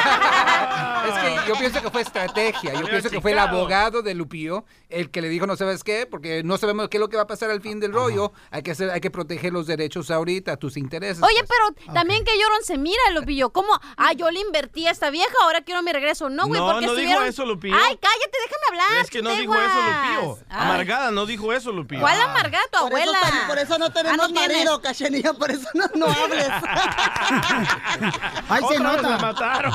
S15: Es que yo pienso que fue estrategia. Yo pienso que fue el
S1: Chicago.
S15: abogado de Lupillo el que le dijo, no sabes qué, porque no sabemos qué es lo que va a pasar al fin del rollo. Hay que hacer, hay que proteger los derechos ahorita, tus intereses.
S2: Oye,
S3: pues,
S2: pero también que llorón se mira, Lupillo. ¿Cómo? Ah, yo le invertí a esta vieja, ahora quiero mi regreso. No, güey,
S3: No,
S2: porque
S3: no dijo
S2: estuvieron-
S3: eso, Lupillo.
S2: Ay, cállate, déjame hablar.
S3: Es que no dijo
S2: chisteguas.
S3: eso, Lupillo.
S2: Ay,
S3: Amargada no dijo eso, Lupillo.
S2: ¿Cuál amargada tu
S14: Por eso
S2: abuela? Ah,
S14: tam- por eso no tenemos
S2: tienes.
S14: marido, Cachenilla, por eso no, no hables.
S1: Ahí se
S14: Otra vez
S1: nota.
S14: la
S3: mataron.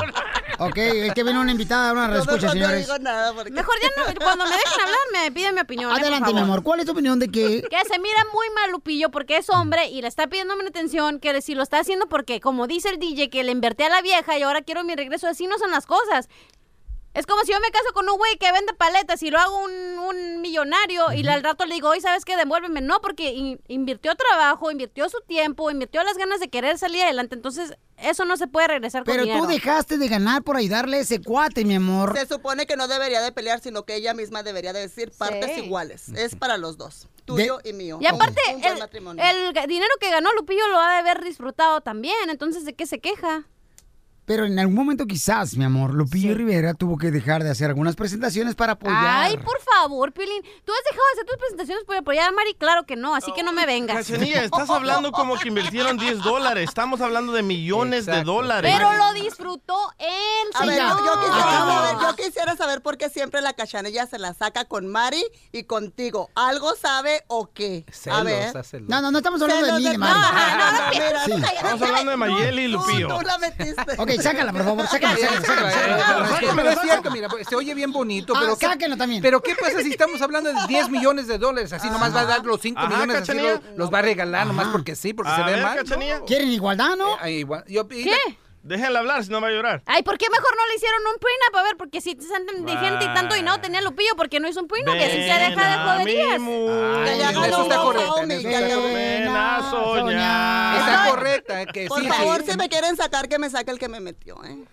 S1: Ok, es que viene una invitada, una
S14: no,
S1: reescucha,
S14: no
S1: Ah, señores.
S14: digo nada porque...
S2: Mejor ya no, cuando me dejen hablar, me piden mi opinión. eh, por
S1: Adelante, mi
S2: favor.
S1: amor. ¿Cuál es tu opinión de que
S2: Que se mira muy mal Lupillo porque es hombre y le está pidiendo manutención, que si lo está haciendo porque, como dice el DJ, que le invertí a la vieja y ahora quiero mi regreso, así no son las cosas. Es como si yo me caso con un güey que vende paletas y lo hago un, un millonario y al rato le digo, oye, ¿sabes qué? Devuélveme. No, porque in- invirtió trabajo, invirtió su tiempo, invirtió las ganas de querer salir adelante. Entonces, eso no se puede regresar con
S1: Pero tú
S2: dinero.
S1: dejaste de ganar por ayudarle a ese cuate, mi amor.
S14: Se supone que no debería de pelear, sino que ella misma debería de decir partes iguales. Es para los dos, tuyo y mío.
S2: Y aparte,
S14: Un- un buen
S2: el,
S14: matrimonio.
S2: el ga- dinero que ganó Lupillo lo ha de haber disfrutado también. Entonces, ¿de qué se queja?
S1: Pero en algún momento quizás, mi amor, Lupillo Rivera tuvo que dejar de hacer algunas presentaciones para apoyar.
S2: Ay, por favor, Pilín. ¿Tú has dejado de hacer tus presentaciones por apoyar a Mari? Claro que no, así que no me vengas.
S3: Cachanilla, estás hablando como que invirtieron 10 dólares. Estamos hablando de millones de dólares.
S2: Pero lo disfrutó él,
S14: A ver,
S2: señor.
S14: yo, yo quisiera saber, yo quisiera saber por qué siempre la cachanilla se la saca con Mari y contigo. ¿Algo sabe o qué? a
S15: Celos,
S14: ver.
S15: ah, celos.
S1: No, no, no estamos hablando de
S14: Celos
S1: mí,
S14: de-
S1: de Mari.
S14: No, ajá, no, no,
S1: Sí.
S14: mira,
S1: Sí.
S3: Estamos hablando de Mayeli y Lupillo.
S14: Tú la metiste.
S1: Ok, sácala, por favor, sácala, sácala,
S3: eh,
S1: sácala.
S15: Pero es que-
S1: sácala.
S15: pero es cierto, mira, pues, se oye bien bonito,
S1: Ah,
S15: pero ¿qué-
S1: sáquenlo también.
S15: Pero ¿qué pasa si estamos hablando de 10 millones de dólares? Así nomás va a dar los 5
S3: Ajá,
S15: millones, así
S3: Cachanilla.
S15: los, los va a regalar nomás porque sí, porque
S3: A
S15: se ve
S3: ver,
S15: mal. ¿no? Eh,
S3: Cachanilla.
S1: ¿Quieren igualdad, no?
S15: Ahí igual. Yo- y-
S2: ¿Qué?
S3: Déjenla hablar, si no va a llorar.
S2: Ay, ¿por qué mejor no le hicieron un prenup? A ver, porque si es tan inteligente y tanto y no tenía Lupillo, ¿por qué no hizo un prenup? Y así se
S3: Ven
S2: deja de
S3: a
S2: joderías.
S3: Ay,
S15: en eso está correcta. en eso está
S3: Ven
S15: correcta.
S3: a soñar.
S15: Está correcta, que
S14: Por
S15: sí,
S14: favor,
S15: sí.
S14: si me quieren sacar, que me saque el que me metió, ¿eh?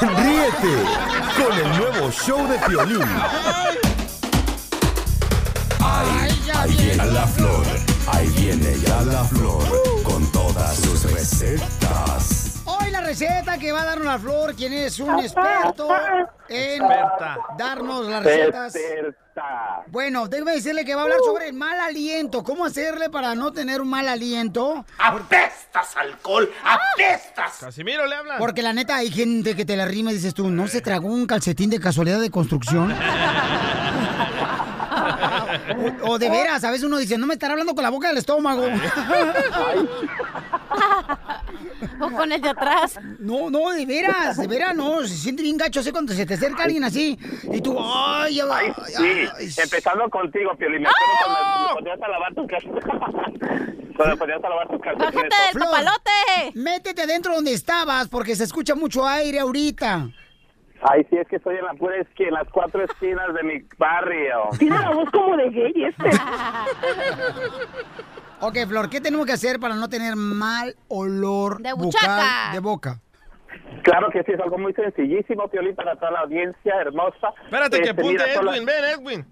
S5: Ríete con el nuevo show de Piolín. Ahí viene la flor, ahí viene ya la flor con todas sus recetas.
S1: Hoy la receta que va a darnos la flor, quien es un experto en
S10: Experta.
S1: darnos las recetas.
S10: Experta.
S1: Bueno, déjeme decirle que va a hablar sobre el mal aliento. ¿Cómo hacerle para no tener un mal aliento?
S10: ¡Apestas alcohol! ¡Apestas!
S3: Casimiro le habla.
S1: Porque la neta hay gente que te la rima y dices tú, ¿no se tragó un calcetín de casualidad de construcción? O, o de veras, a veces uno dice, no me estará hablando con la boca del estómago.
S2: o con el de atrás.
S1: No, no, de veras, de veras, no. Se siente bien gacho así cuando se te acerca alguien así. Y tú, ay, ya va.
S16: Sí, empezando contigo, Piolín. Me acuerdo cuando ponías a lavar tus cal- cuando ponías a lavar tus calcetines.
S1: Flor, Métete adentro donde estabas porque se escucha mucho aire ahorita.
S16: Ay, sí, es que estoy en la pura esquina, en las cuatro esquinas de mi barrio.
S1: Tiene la voz como de gay este. ok, Flor, ¿qué tenemos que hacer para no tener mal olor
S2: De
S1: bucal
S2: buchaca.
S1: de boca?
S16: Claro que sí, es algo muy sencillísimo, Piolín, para toda la audiencia hermosa.
S3: Espérate que
S16: Este,
S3: apunte
S16: mira, solo-
S3: Edwin, ven Edwin.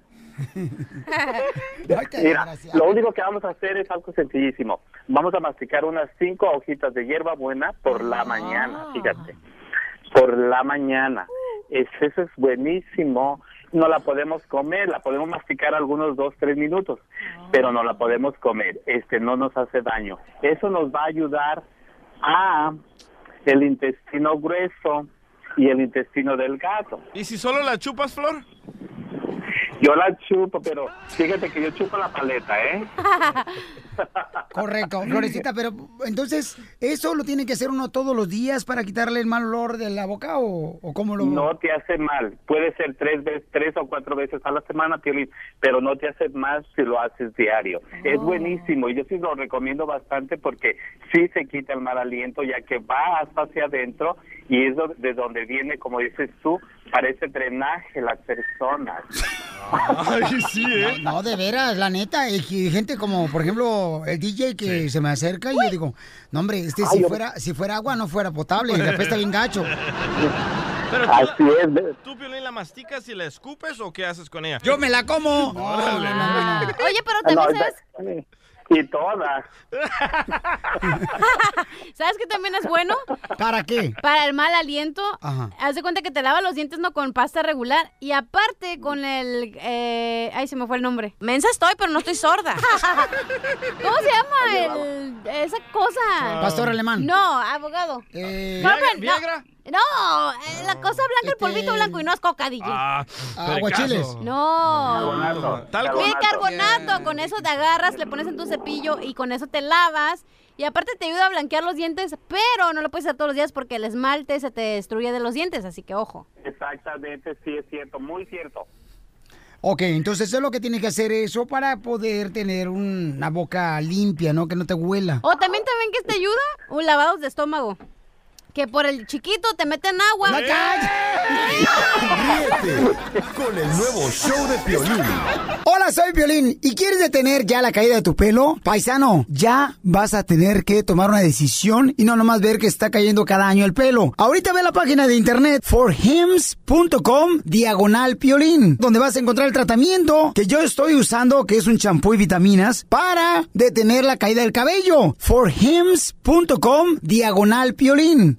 S16: Mira, lo único que vamos a hacer es algo sencillísimo. Vamos a masticar unas cinco hojitas de hierba buena por la mañana, fíjate. Por la mañana. Es- eso es buenísimo. No la podemos comer, la podemos masticar algunos dos, tres minutos, pero no la podemos comer. Este no nos hace daño. Eso nos va a ayudar
S17: Ah.
S16: a el intestino grueso y el intestino delgado.
S3: ¿Y si solo la chupas, Flor?
S16: Yo la chupo, pero fíjate que yo chupo la paleta, ¿eh?
S1: Correcto, Florecita, pero entonces, ¿eso lo tiene que hacer uno todos los días para quitarle el mal olor de la boca o, o cómo lo...?
S16: No te hace mal. Puede ser tres veces, tres o cuatro veces a la semana, Piolín, pero no te hace mal si lo haces diario.
S1: Oh.
S16: Es buenísimo y yo sí lo recomiendo bastante porque sí se quita el mal aliento ya que va hasta hacia adentro y es do- de donde viene, como dices tú, parece drenaje las personas.
S3: Ay, sí, ¿eh?
S1: No, de veras, la neta, hay que- gente como, por ejemplo, el DJ que se me acerca y yo digo, no, hombre, este,
S16: Ay,
S1: si,
S16: yo-
S1: fuera, si fuera agua no fuera potable, le apesta bien gacho.
S3: Pero
S16: Así es, ve-
S3: ¿Tú, Piolín, la masticas y la escupes o qué haces con ella?
S1: Yo me la como.
S3: Órale.
S2: Oye, pero también
S3: No,
S2: sabes,
S16: Y todas.
S2: ¿sabes que también es bueno?
S1: ¿Para qué?
S2: Para el mal aliento,
S1: Ajá.
S2: haz de cuenta que te lava los dientes no con pasta regular y aparte con el... eh, ay, se me fue el nombre. Mensa estoy, pero no estoy sorda. ¿Cómo se llama el- esa cosa?
S1: Pastor alemán. Eh,
S2: No, abogado. Carmen,
S1: Viagra,
S2: No, no, eh, la cosa blanca, el polvito blanco y no es coca, DJ.
S3: Aguachiles.
S2: No.
S3: Tal
S2: Bicarbonato, con eso te agarras, le pones en tu cepillo y con eso te lavas. Y aparte te ayuda a blanquear los dientes, pero no lo puedes hacer todos los días porque el esmalte se te destruye de los dientes, así que ojo.
S16: Exactamente, sí es cierto, muy cierto.
S1: Ok, entonces eso es lo que tienes que hacer eso para poder tener un- una boca limpia, ¿no? Que no te huela.
S2: O también también que te ayuda un lavado de estómago. Que por el chiquito te meten agua.
S5: ¡La Ríete con el nuevo show de Piolín.
S1: Hola, soy Violín. ¿Y quieres detener ya la caída de tu pelo? Paisano, ya vas a tener que tomar una decisión y no nomás ver que está cayendo cada año el pelo. Ahorita ve la página de internet forhims.com diagonal Piolín, donde vas a encontrar el tratamiento que yo estoy usando, que es un champú y vitaminas, para detener la caída del cabello. forhims.com diagonal Piolín.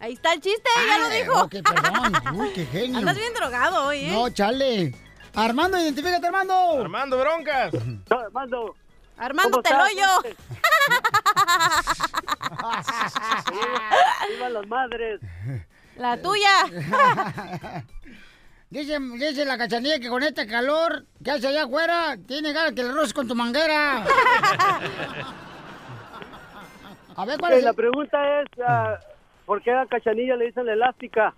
S2: Ahí está el chiste, ya lo dijo.
S1: Ok, perdón. Uy, qué genio.
S2: Andas bien drogado hoy, ¿eh?
S1: No, chale. Armando, identifícate, Armando.
S3: Armando, broncas.
S17: Armando. ¿Cómo
S2: Armando, te lo
S17: estás?
S2: yo.
S17: ¡Viva las madres!
S2: La tuya.
S1: Dice, dice la cachanilla que con este calor que hace allá afuera, tiene ganas que le roces con tu manguera. A ver, ¿cuál
S17: Ok,
S1: es?
S17: La pregunta es, ah, ¿por qué a Cachanilla le dicen la elástica?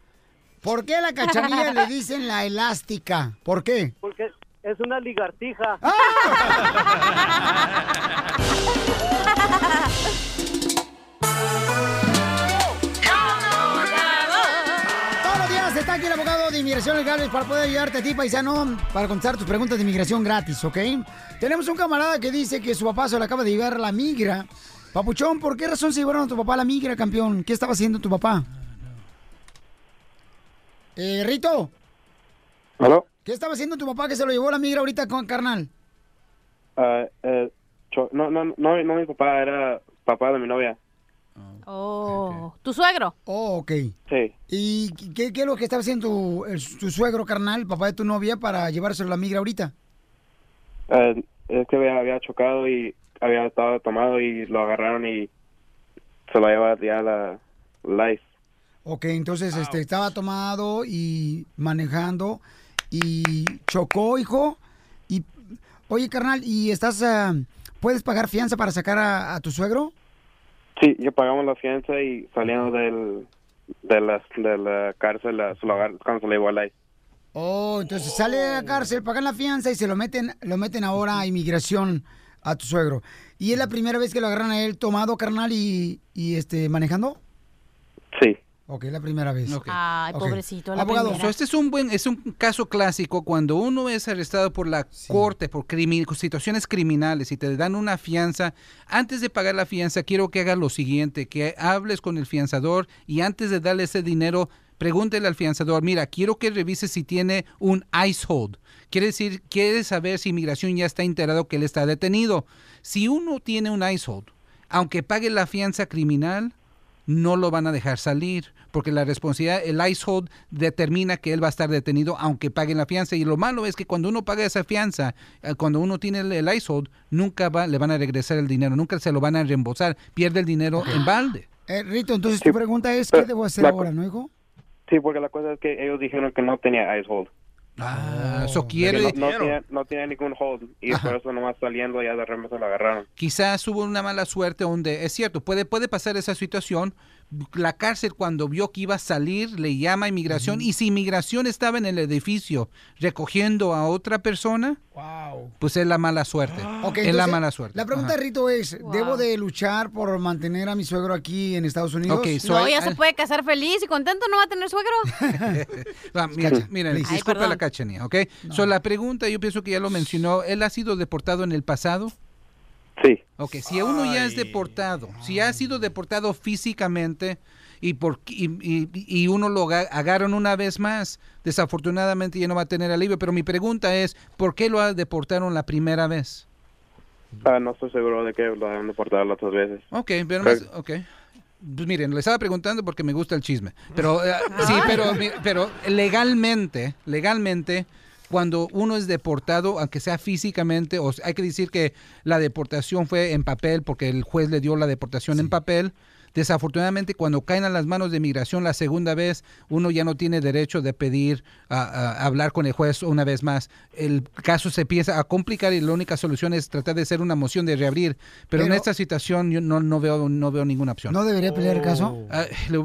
S1: ¿Por qué a la cachanilla le dicen la elástica? ¿Por qué?
S17: Porque es una ligartija.
S1: Ah. Todos los días está aquí el abogado de Inmigración Legales para poder ayudarte a ti, paisano, para contestar tus preguntas de inmigración gratis, ¿ok? Tenemos un camarada que dice que su papá se le acaba de llevar la migra. Papuchón, ¿por qué razón se llevaron a tu papá a la migra, campeón? ¿Qué estaba haciendo tu papá? Eh, Rito,
S18: ¿Aló?
S1: ¿qué estaba haciendo tu papá que se lo llevó a la migra ahorita con carnal?
S18: Ah, eh, cho- no, no, no, no, mi papá era papá de mi novia.
S2: Oh, ¿tu suegro?
S1: Oh, ok.
S18: Sí.
S1: ¿Y qué, qué es lo que estaba haciendo tu, el- tu suegro, carnal, papá de tu novia, para llevárselo a la migra ahorita?
S18: Ah, es que había, había chocado y había estado tomado y lo agarraron y se lo lleva ya a la life.
S1: Ok, entonces este estaba tomado y manejando y chocó, hijo. Y oye, carnal, ¿y estás ah, puedes pagar fianza para sacar a, a tu suegro?
S18: Sí, yo pagamos la fianza y saliendo del, de, la, de la cárcel la- se lo agar- cuando se lo llevó a life.
S1: Oh, entonces sale de la
S18: Oh.
S1: cárcel, pagan la fianza y se lo meten lo meten ahora a inmigración a tu suegro. ¿Y es la primera vez que lo agarran a él tomado, carnal, y, y este manejando?
S18: Sí.
S1: Ok, la primera vez.
S2: Ay,
S1: Ok.
S2: pobrecito, la
S1: Abogado,
S2: primera.
S1: so-
S15: Este es un buen, es un caso clásico cuando uno es arrestado por la corte por crimi- situaciones criminales y te dan una fianza. Antes de pagar la fianza, quiero que hagas lo siguiente: que hables con el fianzador y antes de darle ese dinero, pregúntele al fianzador, mira, quiero que revise si tiene un ice hold. Quiere decir, quiere saber si inmigración ya está enterado que él está detenido. Si uno tiene un ice hold, aunque pague la fianza criminal, no lo van a dejar salir, porque la responsabilidad, el ICE hold determina que él va a estar detenido aunque pague la fianza. Y lo malo es que cuando uno paga esa fianza, eh, cuando uno tiene el, el ICE hold, nunca va, le van a regresar el dinero, nunca se lo van a reembolsar, pierde el dinero en balde.
S1: Eh, Rito, entonces
S18: Sí,
S1: tu pregunta es, ¿qué
S18: pero
S1: debo hacer
S18: la-
S1: ahora, no, hijo?
S18: Sí, porque la cosa es que ellos dijeron que no tenía ice hold.
S15: Ah,
S18: Que
S15: so quiere-
S18: no, no tenía, no tenía ningún hold y por eso nomás saliendo ya de repente se lo agarraron.
S15: quizás hubo una mala suerte donde es cierto, puede, puede pasar esa situación. La cárcel cuando vio que iba a salir le llama a inmigración y si inmigración estaba en el edificio recogiendo a otra persona, pues es la mala suerte.
S1: Ok,
S15: es la
S1: entonces,
S15: mala suerte.
S1: La pregunta,
S15: Ajá.
S1: Rito, es, ¿debo de luchar por mantener a mi suegro aquí en Estados Unidos?
S15: Ok, so
S2: No,
S15: hay-
S2: ya
S15: hay-
S2: se puede casar feliz y contento, no va a tener suegro.
S15: Ah, mira,
S1: Cacha,
S15: mira,
S1: please. Ay,
S15: disculpa
S1: perdón.
S15: la cachanía, ¿ok? So, la pregunta, yo pienso que ya lo mencionó, ¿él ha sido deportado en el pasado?
S18: Sí.
S15: Ok, si uno ya es deportado, si ha sido deportado físicamente y, por, y, y- y uno lo aga- agarran una vez más, desafortunadamente ya no va a tener alivio, pero mi pregunta es, ¿por qué lo ha- deportaron la primera vez?
S18: Ah, no estoy seguro de que lo hayan deportado las otras veces.
S15: Ok,
S18: Creo-
S15: pero más- ok. Pues miren, le estaba preguntando porque me gusta el chisme. Pero eh, sí, pero, mi- pero legalmente, legalmente, cuando uno es deportado, aunque sea físicamente, o sea, hay que decir que la deportación fue en papel porque el juez le dio la deportación en papel. Desafortunadamente, cuando caen a las manos de migración la segunda vez, uno ya no tiene derecho de pedir a, a- a hablar con el juez una vez más. El caso se empieza a complicar y la única solución es tratar de hacer una moción de reabrir. Pero, en
S1: Pero-
S15: esta situación yo no, no, veo, no veo ninguna opción.
S1: ¿No debería pelear el caso?
S15: Ah, le-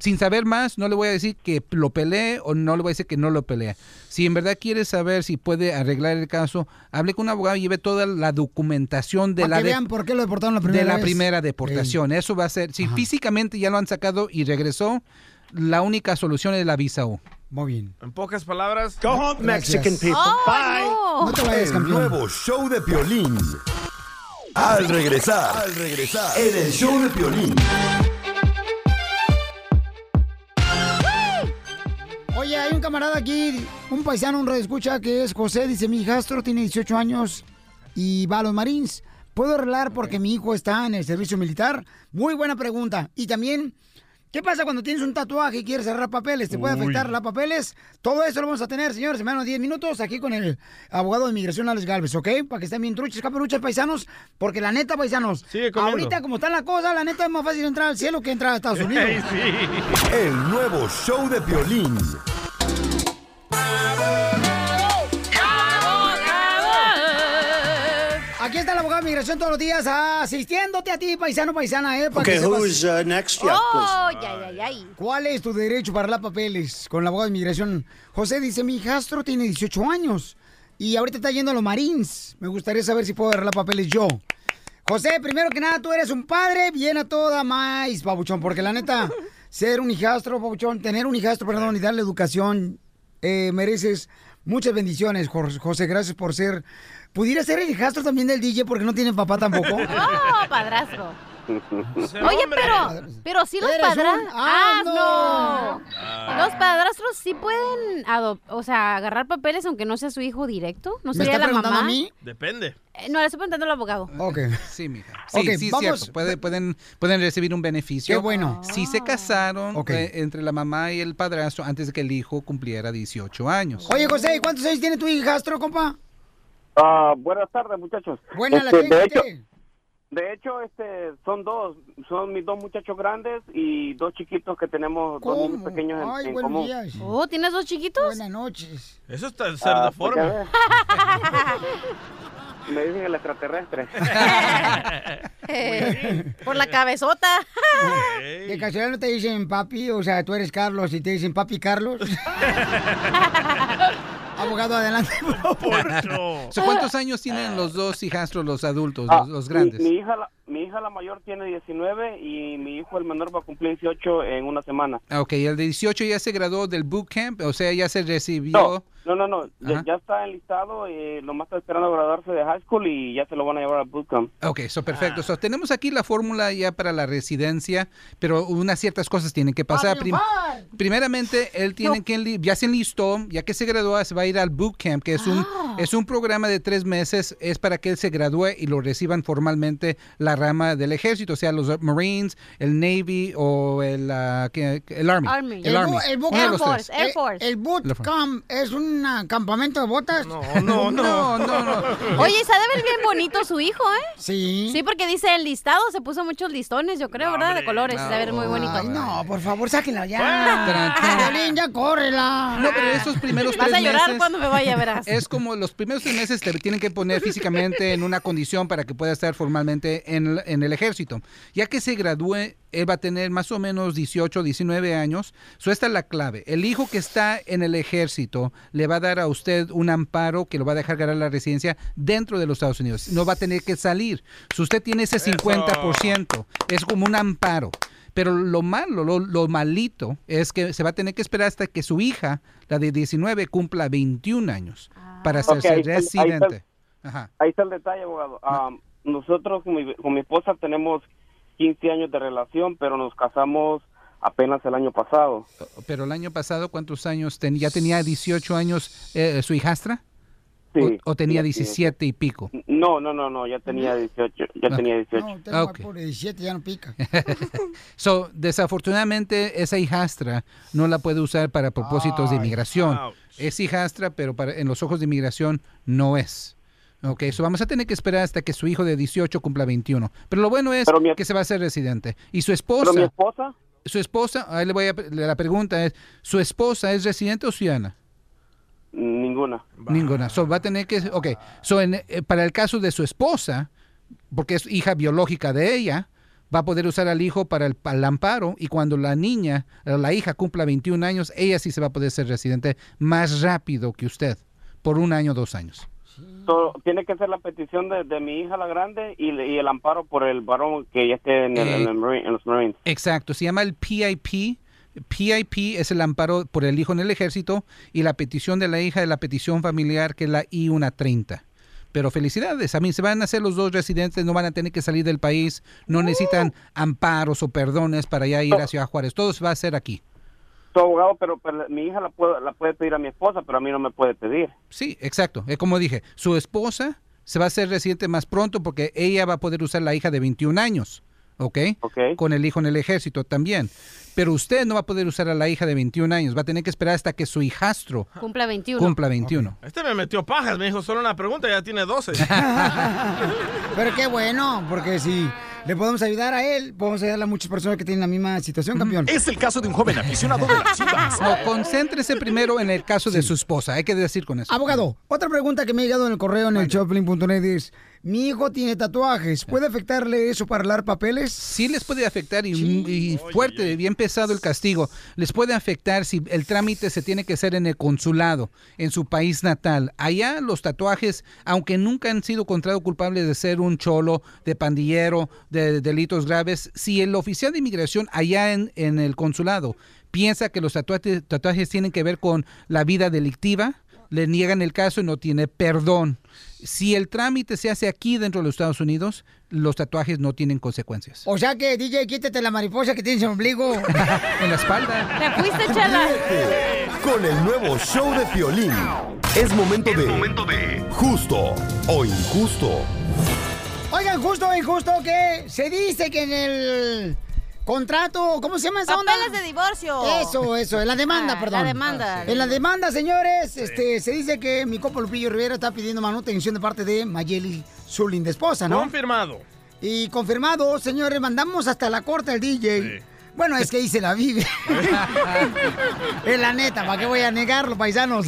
S15: sin saber más, no le voy a decir que lo pelee o no le voy a decir que no lo pelee. Si en verdad quiere saber si puede arreglar el caso, hable con un abogado y lleve toda la documentación de la
S1: Para que
S15: de-
S1: vean por qué lo deportaron la primera
S15: de la
S1: vez.
S15: primera deportación. Eso va a ser, si físicamente ya lo han sacado y regresó, la única solución es la visa U.
S1: Muy bien.
S3: En pocas palabras.
S15: Go home, Gracias. Mexican people.
S2: Oh,
S3: Bye.
S5: El nuevo show de Piolín. Al regresar, al regresar, en el show de Piolín.
S1: Oye, Oye, hay un camarada aquí, un paisano, un escucha que es José. Dice, mi hijastro tiene 18 años y va a los Marines. ¿Puedo arreglar porque mi hijo está en el servicio militar? Muy buena pregunta. Y también, ¿qué pasa cuando tienes un tatuaje y quieres cerrar papeles? ¿Te puede
S10: Uy.
S1: afectar la papeles? Todo eso lo vamos a tener, señores, en menos de 10 minutos aquí con el abogado de inmigración Alex Galvez, ¿ok? Para que estén bien truchas, caperuchas, paisanos. Porque la neta, paisanos,
S10: comiendo.
S1: ahorita como están las cosas, la neta es más fácil entrar al cielo que entrar a Estados Unidos.
S5: El nuevo show de violín.
S1: Aquí está el abogado de migración todos los días asistiéndote a ti, paisano, paisana, ¿eh? Para
S19: Okay,
S1: que sepas
S19: who's uh, next? Yeah,
S1: Oh,
S19: please.
S1: ya, ya, ya. ¿Cuál es tu derecho para arreglar papeles con la abogada de inmigración? José dice, mi hijastro tiene 18 años y ahorita está yendo a los Marines. Me gustaría saber si puedo arreglar papeles yo. José, primero que nada, tú eres un padre, bien a toda más, pabuchón, porque la neta, ser un hijastro, pabuchón, tener un hijastro, perdón, y darle educación, eh, mereces muchas bendiciones, Jor- José, gracias por ser... ¿Pudiera ser el hijastro también del DJ porque no tiene papá tampoco?
S2: ¡Oh, padrastro! Oye, pero, pero sí los
S1: Eres un
S2: padrastros. ¡Ah,
S1: asno.
S15: Ah.
S2: no! Los padrastros sí pueden adop- o sea, agarrar papeles aunque no sea su hijo directo. ¿No
S15: ¿Me
S2: sería
S15: está
S2: la
S15: preguntando
S2: mamá?
S15: a mí?
S3: Depende.
S2: Eh, no, le estoy preguntando al abogado.
S1: Ok.
S15: Sí, mija. Sí,
S1: Ok,
S15: sí,
S1: vamos.
S15: cierto. Puede- pueden, pueden recibir un beneficio.
S1: Qué bueno.
S15: Si se casaron
S1: Ok.
S15: eh, entre la mamá y el padrastro antes de que el hijo cumpliera 18 años.
S1: Oye, José, ¿y ¿cuántos años tiene tu hijastro, compa?
S20: Ah, buenas tardes, muchachos.
S1: Buena la
S20: Este, de
S1: gente.
S20: hecho, de hecho, este, son dos, son mis dos muchachos grandes y dos chiquitos que tenemos, dos niños pequeños en, en común.
S2: Oh, ¿tienes dos chiquitos?
S1: Buenas noches.
S3: Eso está de
S20: Ah,
S3: cerda
S20: pues
S3: forma.
S20: ya Me dicen el extraterrestre.
S2: Eh,
S20: pues,
S2: Por la cabezota.
S1: De casualidad no te dicen papi, o sea, tú eres Carlos y te dicen papi Carlos. Abogado, adelante, por favor.
S15: So, ¿Cuántos años tienen los dos hijastros, los adultos,
S20: Ah,
S15: los, los grandes?
S20: Mi, mi hija, la, mi hija la mayor tiene 19 y mi hijo el menor va a cumplir 18 en una semana.
S15: Ah, Ok, el de 18 ya se graduó del bootcamp, o sea, ya se recibió.
S20: No, no, no, no, ya,
S15: Ajá.
S20: ya está enlistado, eh, nomás está esperando graduarse de high school y ya se lo van a llevar al bootcamp.
S15: Ok, eso perfecto. So, tenemos aquí la fórmula ya para la residencia, pero unas ciertas cosas tienen que pasar. Prim- primeramente, él tiene que enli- ya se enlistó, ya que se gradúa, se va a ir al bootcamp, que es un es un programa de tres meses, es para que él se gradúe y lo reciban formalmente la rama del ejército, o sea, los Marines, el Navy o el ah, que- el Army, el,
S1: bu-
S15: Army,
S1: el
S15: uno de los tres. Eh,
S1: El, el bootcamp es un ah, campamento de botas.
S15: no, no. No,
S2: Oye, se ha de ver bien bonito su hijo, ¿eh?
S1: Sí.
S2: Sí, porque dice el listado, se puso muchos listones, yo creo, ¿verdad? De colores, se ha de ver muy bonito.
S1: Ay, no, por favor, sáquenla ya. Violín, ya córrela.
S15: No, pero esos primeros
S2: Vas
S15: tres
S2: a llorar
S15: meses-
S2: cuando me vaya, verás.
S15: Es como los primeros tres meses te tienen que poner físicamente en una condición para que pueda estar formalmente en el, en el ejército. Ya que se gradúe, él va a tener más o menos 18, 19 años. So, esta es la clave. El hijo que está en el ejército le va a dar a usted un amparo que lo va a dejar ganar la residencia dentro de los Estados Unidos. No va a tener que salir. Si usted tiene ese 50%, es como un amparo. Pero lo malo, lo, lo malito es que se va a tener que esperar hasta que su hija, la de 19, cumpla 21 años para
S20: Ok,
S15: hacerse
S20: ahí está- ahí está el-
S15: residente. Ajá.
S20: Ahí está el detalle, abogado. Ah, nosotros con mi, con mi esposa tenemos 15 años de relación, pero nos casamos apenas el año pasado.
S15: Pero el año pasado, ¿cuántos años tenía? ¿Ya tenía 18 años eh, su hijastra?
S20: Sí,
S15: ¿O, o tenía
S20: sí, así es.
S15: 17 y pico?
S20: No, no, no, no, ya tenía 18, ya
S15: Ah.
S20: tenía 18.
S1: No, tengo
S15: Ok.
S1: por 17, ya no pica.
S15: So, desafortunadamente, esa hijastra no la puede usar para propósitos de inmigración. Es hijastra, pero para, en los ojos de inmigración no es. Ok, so vamos a tener que esperar hasta que su hijo de 18 cumpla 21. Pero lo bueno es que se va a hacer residente. Y su esposa.
S20: Pero mi esposa,
S15: Su esposa, ahí le voy a, la pregunta es, ¿su esposa es residente o ciudadana?
S20: ninguna.
S15: Ninguna. So, va a tener que. Ok. So, en- eh, para el caso de su esposa, porque es hija biológica de ella, va a poder usar al hijo para el, para el amparo. Y cuando la niña, eh, la hija cumpla 21 años, ella sí se va a poder ser residente más rápido que usted, por un año dos años.
S20: So, tiene que ser la petición de, de mi hija la grande y, le- y el amparo por el varón que ya esté en, el-
S15: Eh.
S20: en el Marine- en los Marines.
S15: Exacto. Se llama el PIP. PIP es el amparo por el hijo en el ejército y la petición de la hija de la petición familiar, que es la I-130. Pero felicidades, a mí se van a hacer los dos residentes, no van a tener que salir del país, no necesitan amparos o perdones para ya ir hacia Juárez, todo se va a hacer aquí.
S20: su abogado, pero, pero mi hija la puede, la puede pedir a mi esposa, pero a mí no me puede pedir.
S15: Sí, exacto. Es como dije, su esposa se va a hacer residente más pronto porque ella va a poder usar la hija de 21 años, ¿ok? Con el hijo en el ejército también. Pero usted no va a poder usar a la hija de 21 años, va a tener que esperar hasta que su hijastro
S2: Cumpla 21.
S15: cumpla 21.
S3: Este me metió pajas, me dijo solo una pregunta, ya tiene 12.
S1: Pero qué bueno, porque si le podemos ayudar a él, podemos ayudar a muchas personas que tienen la misma situación, campeón.
S15: Es el caso de un joven aficionado de las chivas. No, concéntrese primero en el caso de su esposa, hay que decir con eso.
S1: Abogado, otra pregunta que me ha llegado en el correo en el shopping.net es, mi hijo tiene tatuajes, ¿puede afectarle eso para hablar papeles?
S15: Sí les puede afectar y, y fuerte, bien pesado el castigo. Les puede afectar si el trámite se tiene que hacer en el consulado, en su país natal. Allá los tatuajes, aunque nunca han sido encontrados culpables de ser un cholo, de pandillero, de delitos graves, si el oficial de inmigración allá en, en el consulado piensa que los tatuajes, tatuajes tienen que ver con la vida delictiva, le niegan el caso y no tiene perdón. Si el trámite se hace aquí dentro de los Estados Unidos, los tatuajes no tienen consecuencias.
S1: O sea que, DJ, quítate la mariposa que tienes en el ombligo.
S15: en la espalda.
S2: Te fuiste, chala.
S5: Con el nuevo show de Piolín. Es momento de... Justo o injusto.
S1: Oigan, justo, justo que se dice que en el contrato, ¿cómo se llama esa onda?
S2: Papeles de divorcio.
S1: Eso, eso, en la demanda,
S2: Ah,
S1: perdón.
S2: La demanda.
S1: En la demanda, señores, este, se dice que mi copo Lupillo Rivera está pidiendo manutención de parte de Mayeli, su linda esposa, ¿no?
S3: Confirmado.
S1: Y confirmado, señores, mandamos hasta la corte al DJ. Bueno, es que ahí se la vive. es la neta, ¿para qué voy a negarlo, paisanos?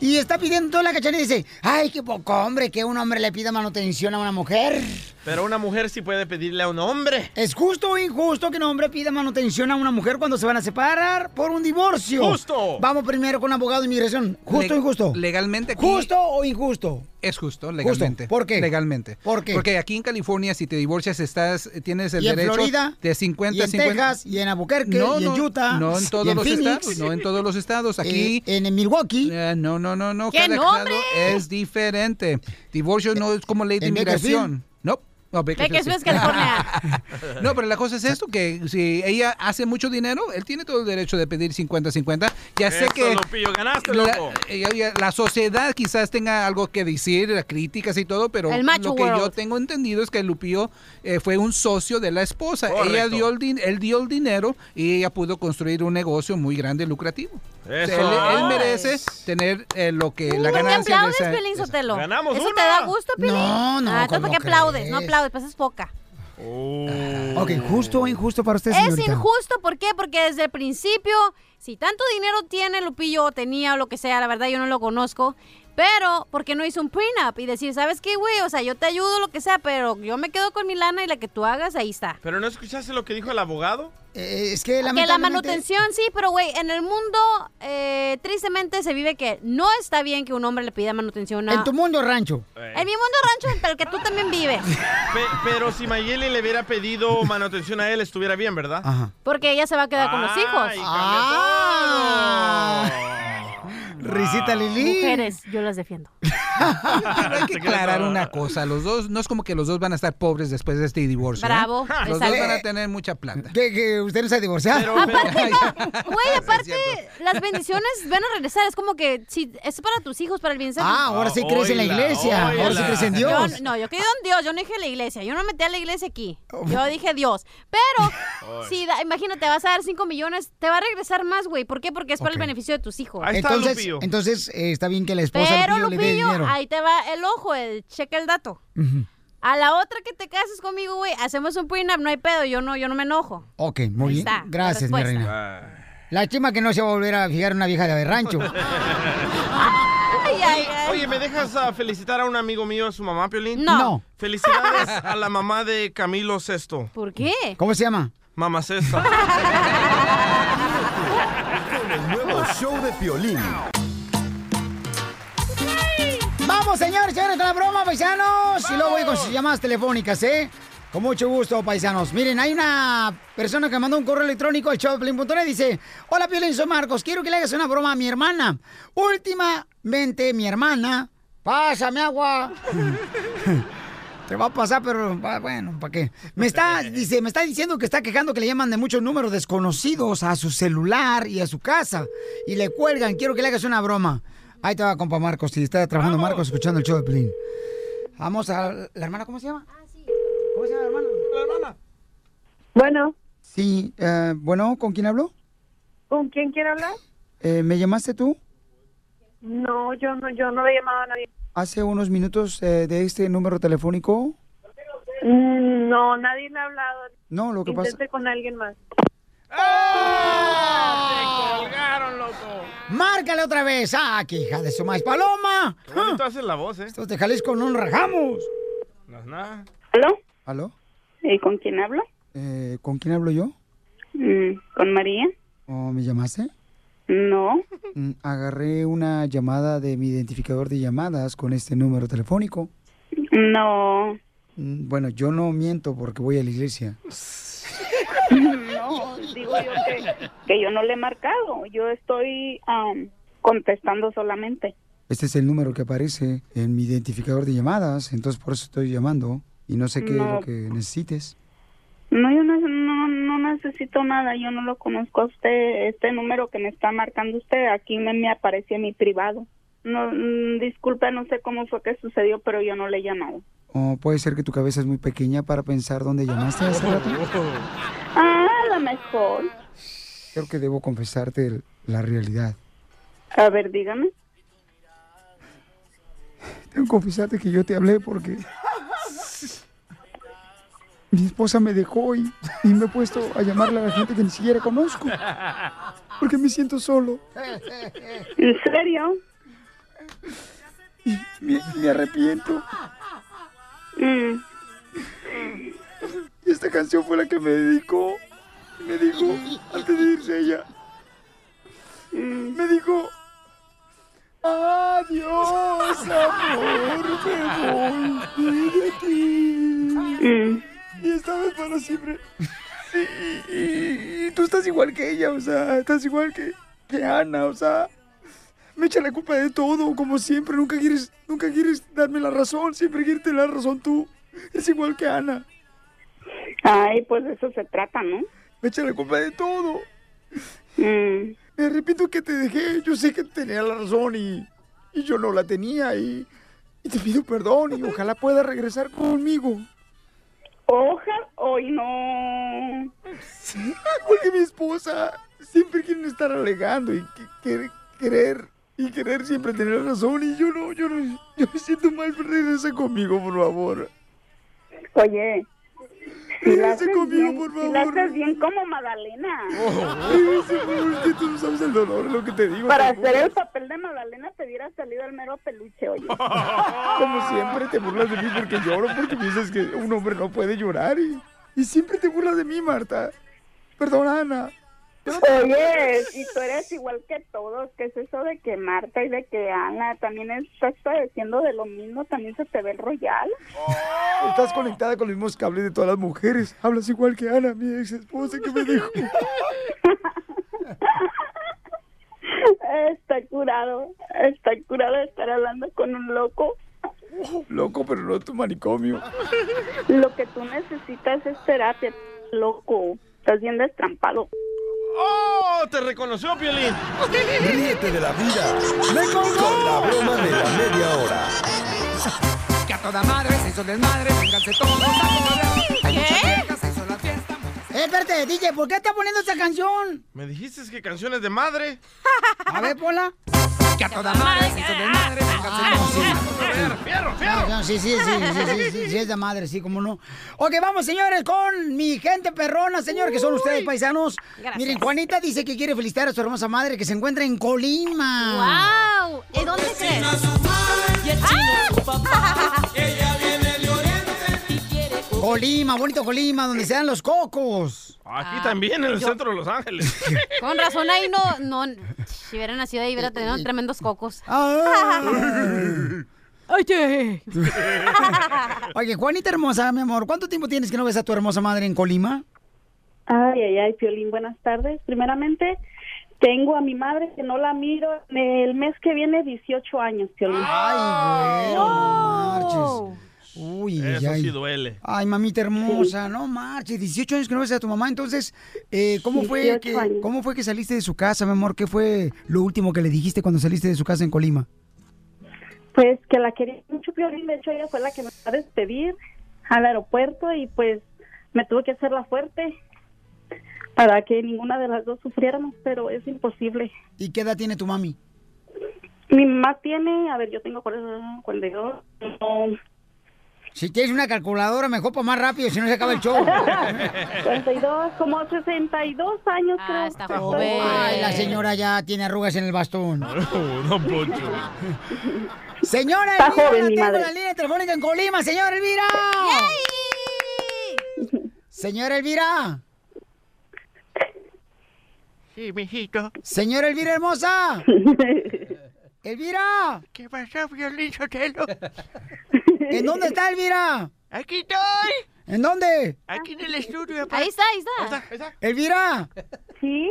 S1: Y está pidiendo toda la cachanilla y dice, ay, qué poco hombre que un hombre le pida manutención a una mujer.
S3: Pero una mujer sí puede pedirle a un hombre.
S1: ¿Es justo o injusto que un hombre pida manutención a una mujer cuando se van a separar por un divorcio?
S15: ¡Justo!
S1: Vamos primero con un abogado de inmigración. ¿Justo o
S15: Le-
S1: injusto?
S15: Legalmente aquí-
S1: ¿Justo o injusto?
S15: Es justo, legalmente.
S1: ¿Por qué?
S15: Legalmente.
S1: ¿Por qué?
S15: Porque aquí en California, si te divorcias, estás, tienes el
S1: Y en
S15: derecho
S1: Florida,
S15: de 50
S1: y en
S15: 50
S1: Texas, y en Albuquerque, y en Utah,
S15: No en
S1: y
S15: todos
S1: en
S15: los
S1: Phoenix. Eh,
S15: estados, no en todos los estados. Aquí. Eh,
S1: en Milwaukee.
S15: no, no, no, no.
S1: ¿Qué
S15: Cada
S1: nombre?
S15: estado es diferente. Divorcio no es como ley de
S1: en
S15: inmigración. No. No,
S1: Bakersfield
S15: sí.
S1: es California.
S15: no, pero la cosa es esto, que si ella hace mucho dinero, él tiene todo el derecho de pedir 50-50. Ya sé
S3: Eso,
S15: que
S3: Lupillo, ganaste,
S15: la,
S3: loco.
S15: eh, oye, la sociedad quizás tenga algo que decir, las críticas y todo, pero
S3: El macho
S15: lo que yo
S3: world.
S15: tengo entendido es que Lupillo eh, fue un socio de la esposa. Ella
S3: Correcto.
S15: dio el din- él dio el dinero y ella pudo construir un negocio muy grande, lucrativo. O sea, él, él merece tener eh, lo que la
S2: ¿Por qué
S15: ganancia de
S2: aplaudes,
S15: esa-
S2: Pelín Sotelo?
S15: Ganamos
S2: ¿Eso
S15: una.
S2: te da gusto, Pelín?
S15: No, no,
S2: Ah, entonces, ¿por
S15: ¿cómo
S2: qué aplaudes? No
S15: crees?
S2: aplaudes, pues es poca.
S1: Eh, Ok, ¿justo o injusto para usted,
S2: Es
S1: señorita?
S2: injusto, ¿por qué? Porque desde el principio, si tanto dinero tiene Lupillo, o tenía o lo que sea, la verdad yo no lo conozco, pero ¿por qué no hizo un prenup y decir, ¿sabes qué, güey? O sea, yo te ayudo, lo que sea, pero yo me quedo con mi lana y la que tú hagas, ahí está.
S3: ¿Pero no escuchaste lo que dijo el abogado?
S1: Eh, es que
S2: Que la manutención, sí, pero güey, en el mundo, eh, tristemente se vive que no está bien que un hombre le pida manutención a...
S1: En tu mundo rancho.
S2: En mi mundo rancho, pero el que tú también vives.
S3: Eh, Pe- pero si Mayeli le hubiera pedido manutención a él, estuviera bien, ¿verdad?
S2: Porque ella se va a quedar con los hijos.
S1: Ah. Risita Lili.
S2: Mujeres, yo las defiendo.
S15: Pero hay que aclarar una cosa, los dos, no es como que los dos van a estar pobres después de este divorcio. ¿eh?
S2: Bravo,
S15: Los dos
S2: exacto.
S15: van a tener mucha plata.
S1: Que, que usted no se ha divorciado. Ah,
S2: Aparte, no. Güey, aparte, las bendiciones van a regresar. Es como que si es para tus hijos, para el bien
S1: Ah, ahora sí crees en la iglesia, ahora sí crees en Dios.
S2: Yo- no, yo creo en Dios. Yo no dije la iglesia. Yo no metí a la iglesia aquí.
S1: Oh.
S2: Yo dije Dios. Pero,
S1: Ay.
S2: si da- imagínate, vas a dar 5 millones, te va a regresar más, güey. ¿Por qué? Porque es para el
S1: Ok.
S2: beneficio de tus hijos.
S1: entonces, entonces eh, está bien que la esposa
S2: Pero,
S1: Lupillo, le dé
S2: Lupillo,
S1: dinero.
S2: ahí te va el ojo, el checa el dato.
S1: Ujú.
S2: A la otra que te cases conmigo, güey, hacemos un prenup, no hay pedo, yo no, yo no me enojo.
S1: Ok,
S2: Ahí
S1: muy bien.
S2: está, la
S1: Gracias, mi
S2: respuesta.
S1: reina. La chima que no se va a volver a fijar una vieja de rancho.
S3: Oye, oye, ¿me dejas ah, felicitar a un amigo mío, a su mamá, Piolín?
S1: No. No.
S3: Felicidades a la mamá de Camilo Sesto.
S2: ¿Por qué?
S1: ¿Cómo se llama?
S3: Mamá Sesto.
S5: El nuevo show de Piolín.
S1: Vamos, señores, señores, con la broma, paisanos. Y luego voy con sus llamadas telefónicas, ¿eh? Con mucho gusto, paisanos. Miren, hay una persona que mandó un correo electrónico al showplane.net. Dice, hola, Piolín, soy Marcos. Quiero que le hagas una broma a mi hermana. Últimamente, mi hermana, pásame agua. Te va a pasar, pero va- bueno, ¿para qué? Me está, dice, me está diciendo que está quejando que le llaman de muchos números desconocidos a su celular y a su casa y le cuelgan. Quiero que le hagas una broma. Ahí te va, compa Marcos. Si está trabajando Marcos escuchando el show de Plin. Vamos a la hermana, ¿cómo se llama? ¿Cómo se llama la hermana?
S12: Bueno.
S1: Sí, eh, bueno, ¿con quién hablo?
S12: ¿Con quién quiere hablar?
S1: Eh, ¿Me llamaste tú?
S12: No, yo no, yo no le he llamado a nadie.
S1: Hace unos minutos eh, de este número telefónico.
S12: Mm, No, nadie le ha hablado.
S1: No, lo que pasa.
S12: Intente con alguien más.
S1: ¡Márcale otra vez! ¡Ah, qué hija de su maíz! ¡Paloma!
S3: Qué bonito haces la voz, ¿eh?
S1: Estos de Jalisco no rajamos.
S3: No es nada.
S12: ¿Aló?
S1: ¿Aló?
S12: ¿Y con quién hablo?
S1: Eh, ¿Con quién hablo yo?
S12: Mm, ¿Con María?
S1: ¿O me llamaste?
S12: No.
S1: Mm, Agarré una llamada de mi identificador de llamadas con este número telefónico.
S12: No.
S1: Mm, Bueno, yo no miento porque voy a la iglesia. Este
S12: No, digo yo que, que yo no le he marcado. Yo estoy am, contestando solamente.
S1: Este es el número que aparece en mi identificador de llamadas, entonces por eso estoy llamando y no sé qué es
S12: No.
S1: lo que necesites.
S12: No, yo no, no, no necesito nada. Yo no lo conozco a usted. Este número que me está marcando usted, aquí me, me aparece en mi privado. No, mm, disculpe, no sé cómo fue que sucedió, pero yo no le he llamado.
S1: ¿O puede ser que tu cabeza es muy pequeña para pensar dónde llamaste hace rato?
S12: Ah, a lo mejor.
S1: Creo que debo confesarte el- la realidad.
S12: A ver, dígame.
S1: Tengo que confesarte que yo te hablé porque mi esposa me dejó y, y me he puesto a llamarle a la gente que ni siquiera conozco. Porque me siento solo.
S12: ¿En serio?
S1: Y me, me arrepiento.
S12: Mm,
S1: Y esta canción fue la que me dedicó. Me dijo, antes de irse ella, me dijo, Adiós, amor, me voy de ti. Y esta vez para siempre. Y, y- y tú estás igual que ella, o sea, estás igual que, que Ana, o sea. Me echa la culpa de todo, como siempre. Nunca quieres, nunca quieres darme la razón, siempre quieres tener la razón tú. Es igual que Ana.
S12: Ay, pues de eso se trata, ¿no?
S1: Me echa la culpa de todo.
S12: Mm.
S1: Me arrepiento que te dejé. Yo sé que tenía la razón y, y yo no la tenía. Y, y te pido perdón y ojalá pueda regresar conmigo.
S12: Ojalá, hoy no.
S1: Porque mi esposa siempre quiere estar alegando y que- que- querer y querer siempre tener la razón. Y yo no, yo no, yo me siento mal. Regresa conmigo, por favor.
S12: Oye.
S1: si la haces
S12: bien, si la haces bien como Magdalena.
S1: Regresa, por favor, que tú no sabes el dolor, lo que te digo.
S12: Para
S1: te juro.
S12: hacer el papel de Magdalena te hubiera salido el mero peluche, oye.
S1: Como siempre te burlas de mí porque lloro, porque piensas que un hombre no puede llorar y, y siempre te burlas de mí, Marta. Perdón, Ana.
S12: Oye, y tú eres igual que todos, que es eso de que Marta y de que Ana también estás padeciendo de lo mismo, también se te ve el royal.
S1: Estás conectada con los mismos cables de todas las mujeres. Hablas igual que Ana, mi ex esposa que me dejó.
S12: Está curado, está curado de estar hablando con un loco.
S1: Loco, pero no tu manicomio.
S12: Lo que tú necesitas es terapia, loco. Estás bien destrampado.
S3: ¡Oh! Te reconoció, Piolín.
S5: Ríete de la vida con la broma de la media hora.
S1: Que a toda madre se hizo desmadre, vénganse todos a ¿Qué? Eh, espérate, DJ, ¿por qué estás poniendo esa canción?
S3: Me dijiste que canciones de madre.
S1: A ver, Pola. Que a toda
S3: madre
S1: se hizo desmadre, vénganse todos
S3: ¡Fierro,
S1: Ah, no, sí, sí, sí, sí, sí, sí, sí, sí, es de madre, sí, cómo no. Ok, vamos, señores, con mi gente perrona, señor, que son ustedes, paisanos.
S2: Gracias.
S1: Miren, Juanita dice que quiere felicitar a su hermosa madre que se encuentra en Colima.
S2: ¡Wow! ¿Y dónde crees? ¡Ah!
S1: Colima, bonito Colima, donde se dan los cocos.
S3: Aquí también, en el centro de Los Ángeles.
S2: Con razón ahí no, no, si hubiera nacido ahí hubiera tenido tremendos cocos.
S1: Ah. Oye. Oye, Juanita hermosa, mi amor, ¿cuánto tiempo tienes que no ves a tu hermosa madre en Colima?
S12: Ay, ay, ay, Piolín, buenas tardes. Primeramente, tengo a mi madre que no la miro el mes que viene 18 años, Piolín.
S1: Ay, güey, no marches. Uy, ay,
S3: Eso
S1: ay.
S3: sí duele.
S1: Ay, mamita hermosa, no marches, 18 años que no ves a tu mamá, entonces, eh, ¿cómo, fue
S3: 18
S1: que,
S3: años.
S1: ¿cómo fue que saliste de su casa, mi amor? ¿Qué fue lo último que le dijiste cuando saliste de su casa en Colima?
S12: Pues que la quería mucho Piolín, de hecho ella fue la que me fue a despedir al aeropuerto y pues me tuve que hacerla fuerte para que ninguna de las dos sufriéramos, pero es imposible.
S1: ¿Y qué edad tiene tu mami?
S12: Mi mamá tiene, a ver, yo tengo 42, no,
S1: Si tienes una calculadora, mejor para más rápido, si no se acaba el show.
S12: 42, como 62 años creo. Está
S1: Ay, la señora ya tiene arrugas en el bastón.
S3: No, Poncho.
S1: Señora
S12: Está
S1: Elvira,
S12: joven,
S1: la
S12: mi
S1: tengo
S12: madre.
S1: en la línea telefónica en Colima, señora Elvira. Señora Elvira.
S3: Sí, mijito.
S1: Señora Elvira hermosa. Elvira. ¿Qué pasó, Violín Sotelo? ¿En dónde está Elvira?
S3: Aquí estoy.
S1: ¿En dónde?
S3: Aquí en el estudio.
S2: Ahí está, ahí está.
S1: Elvira.
S12: Sí.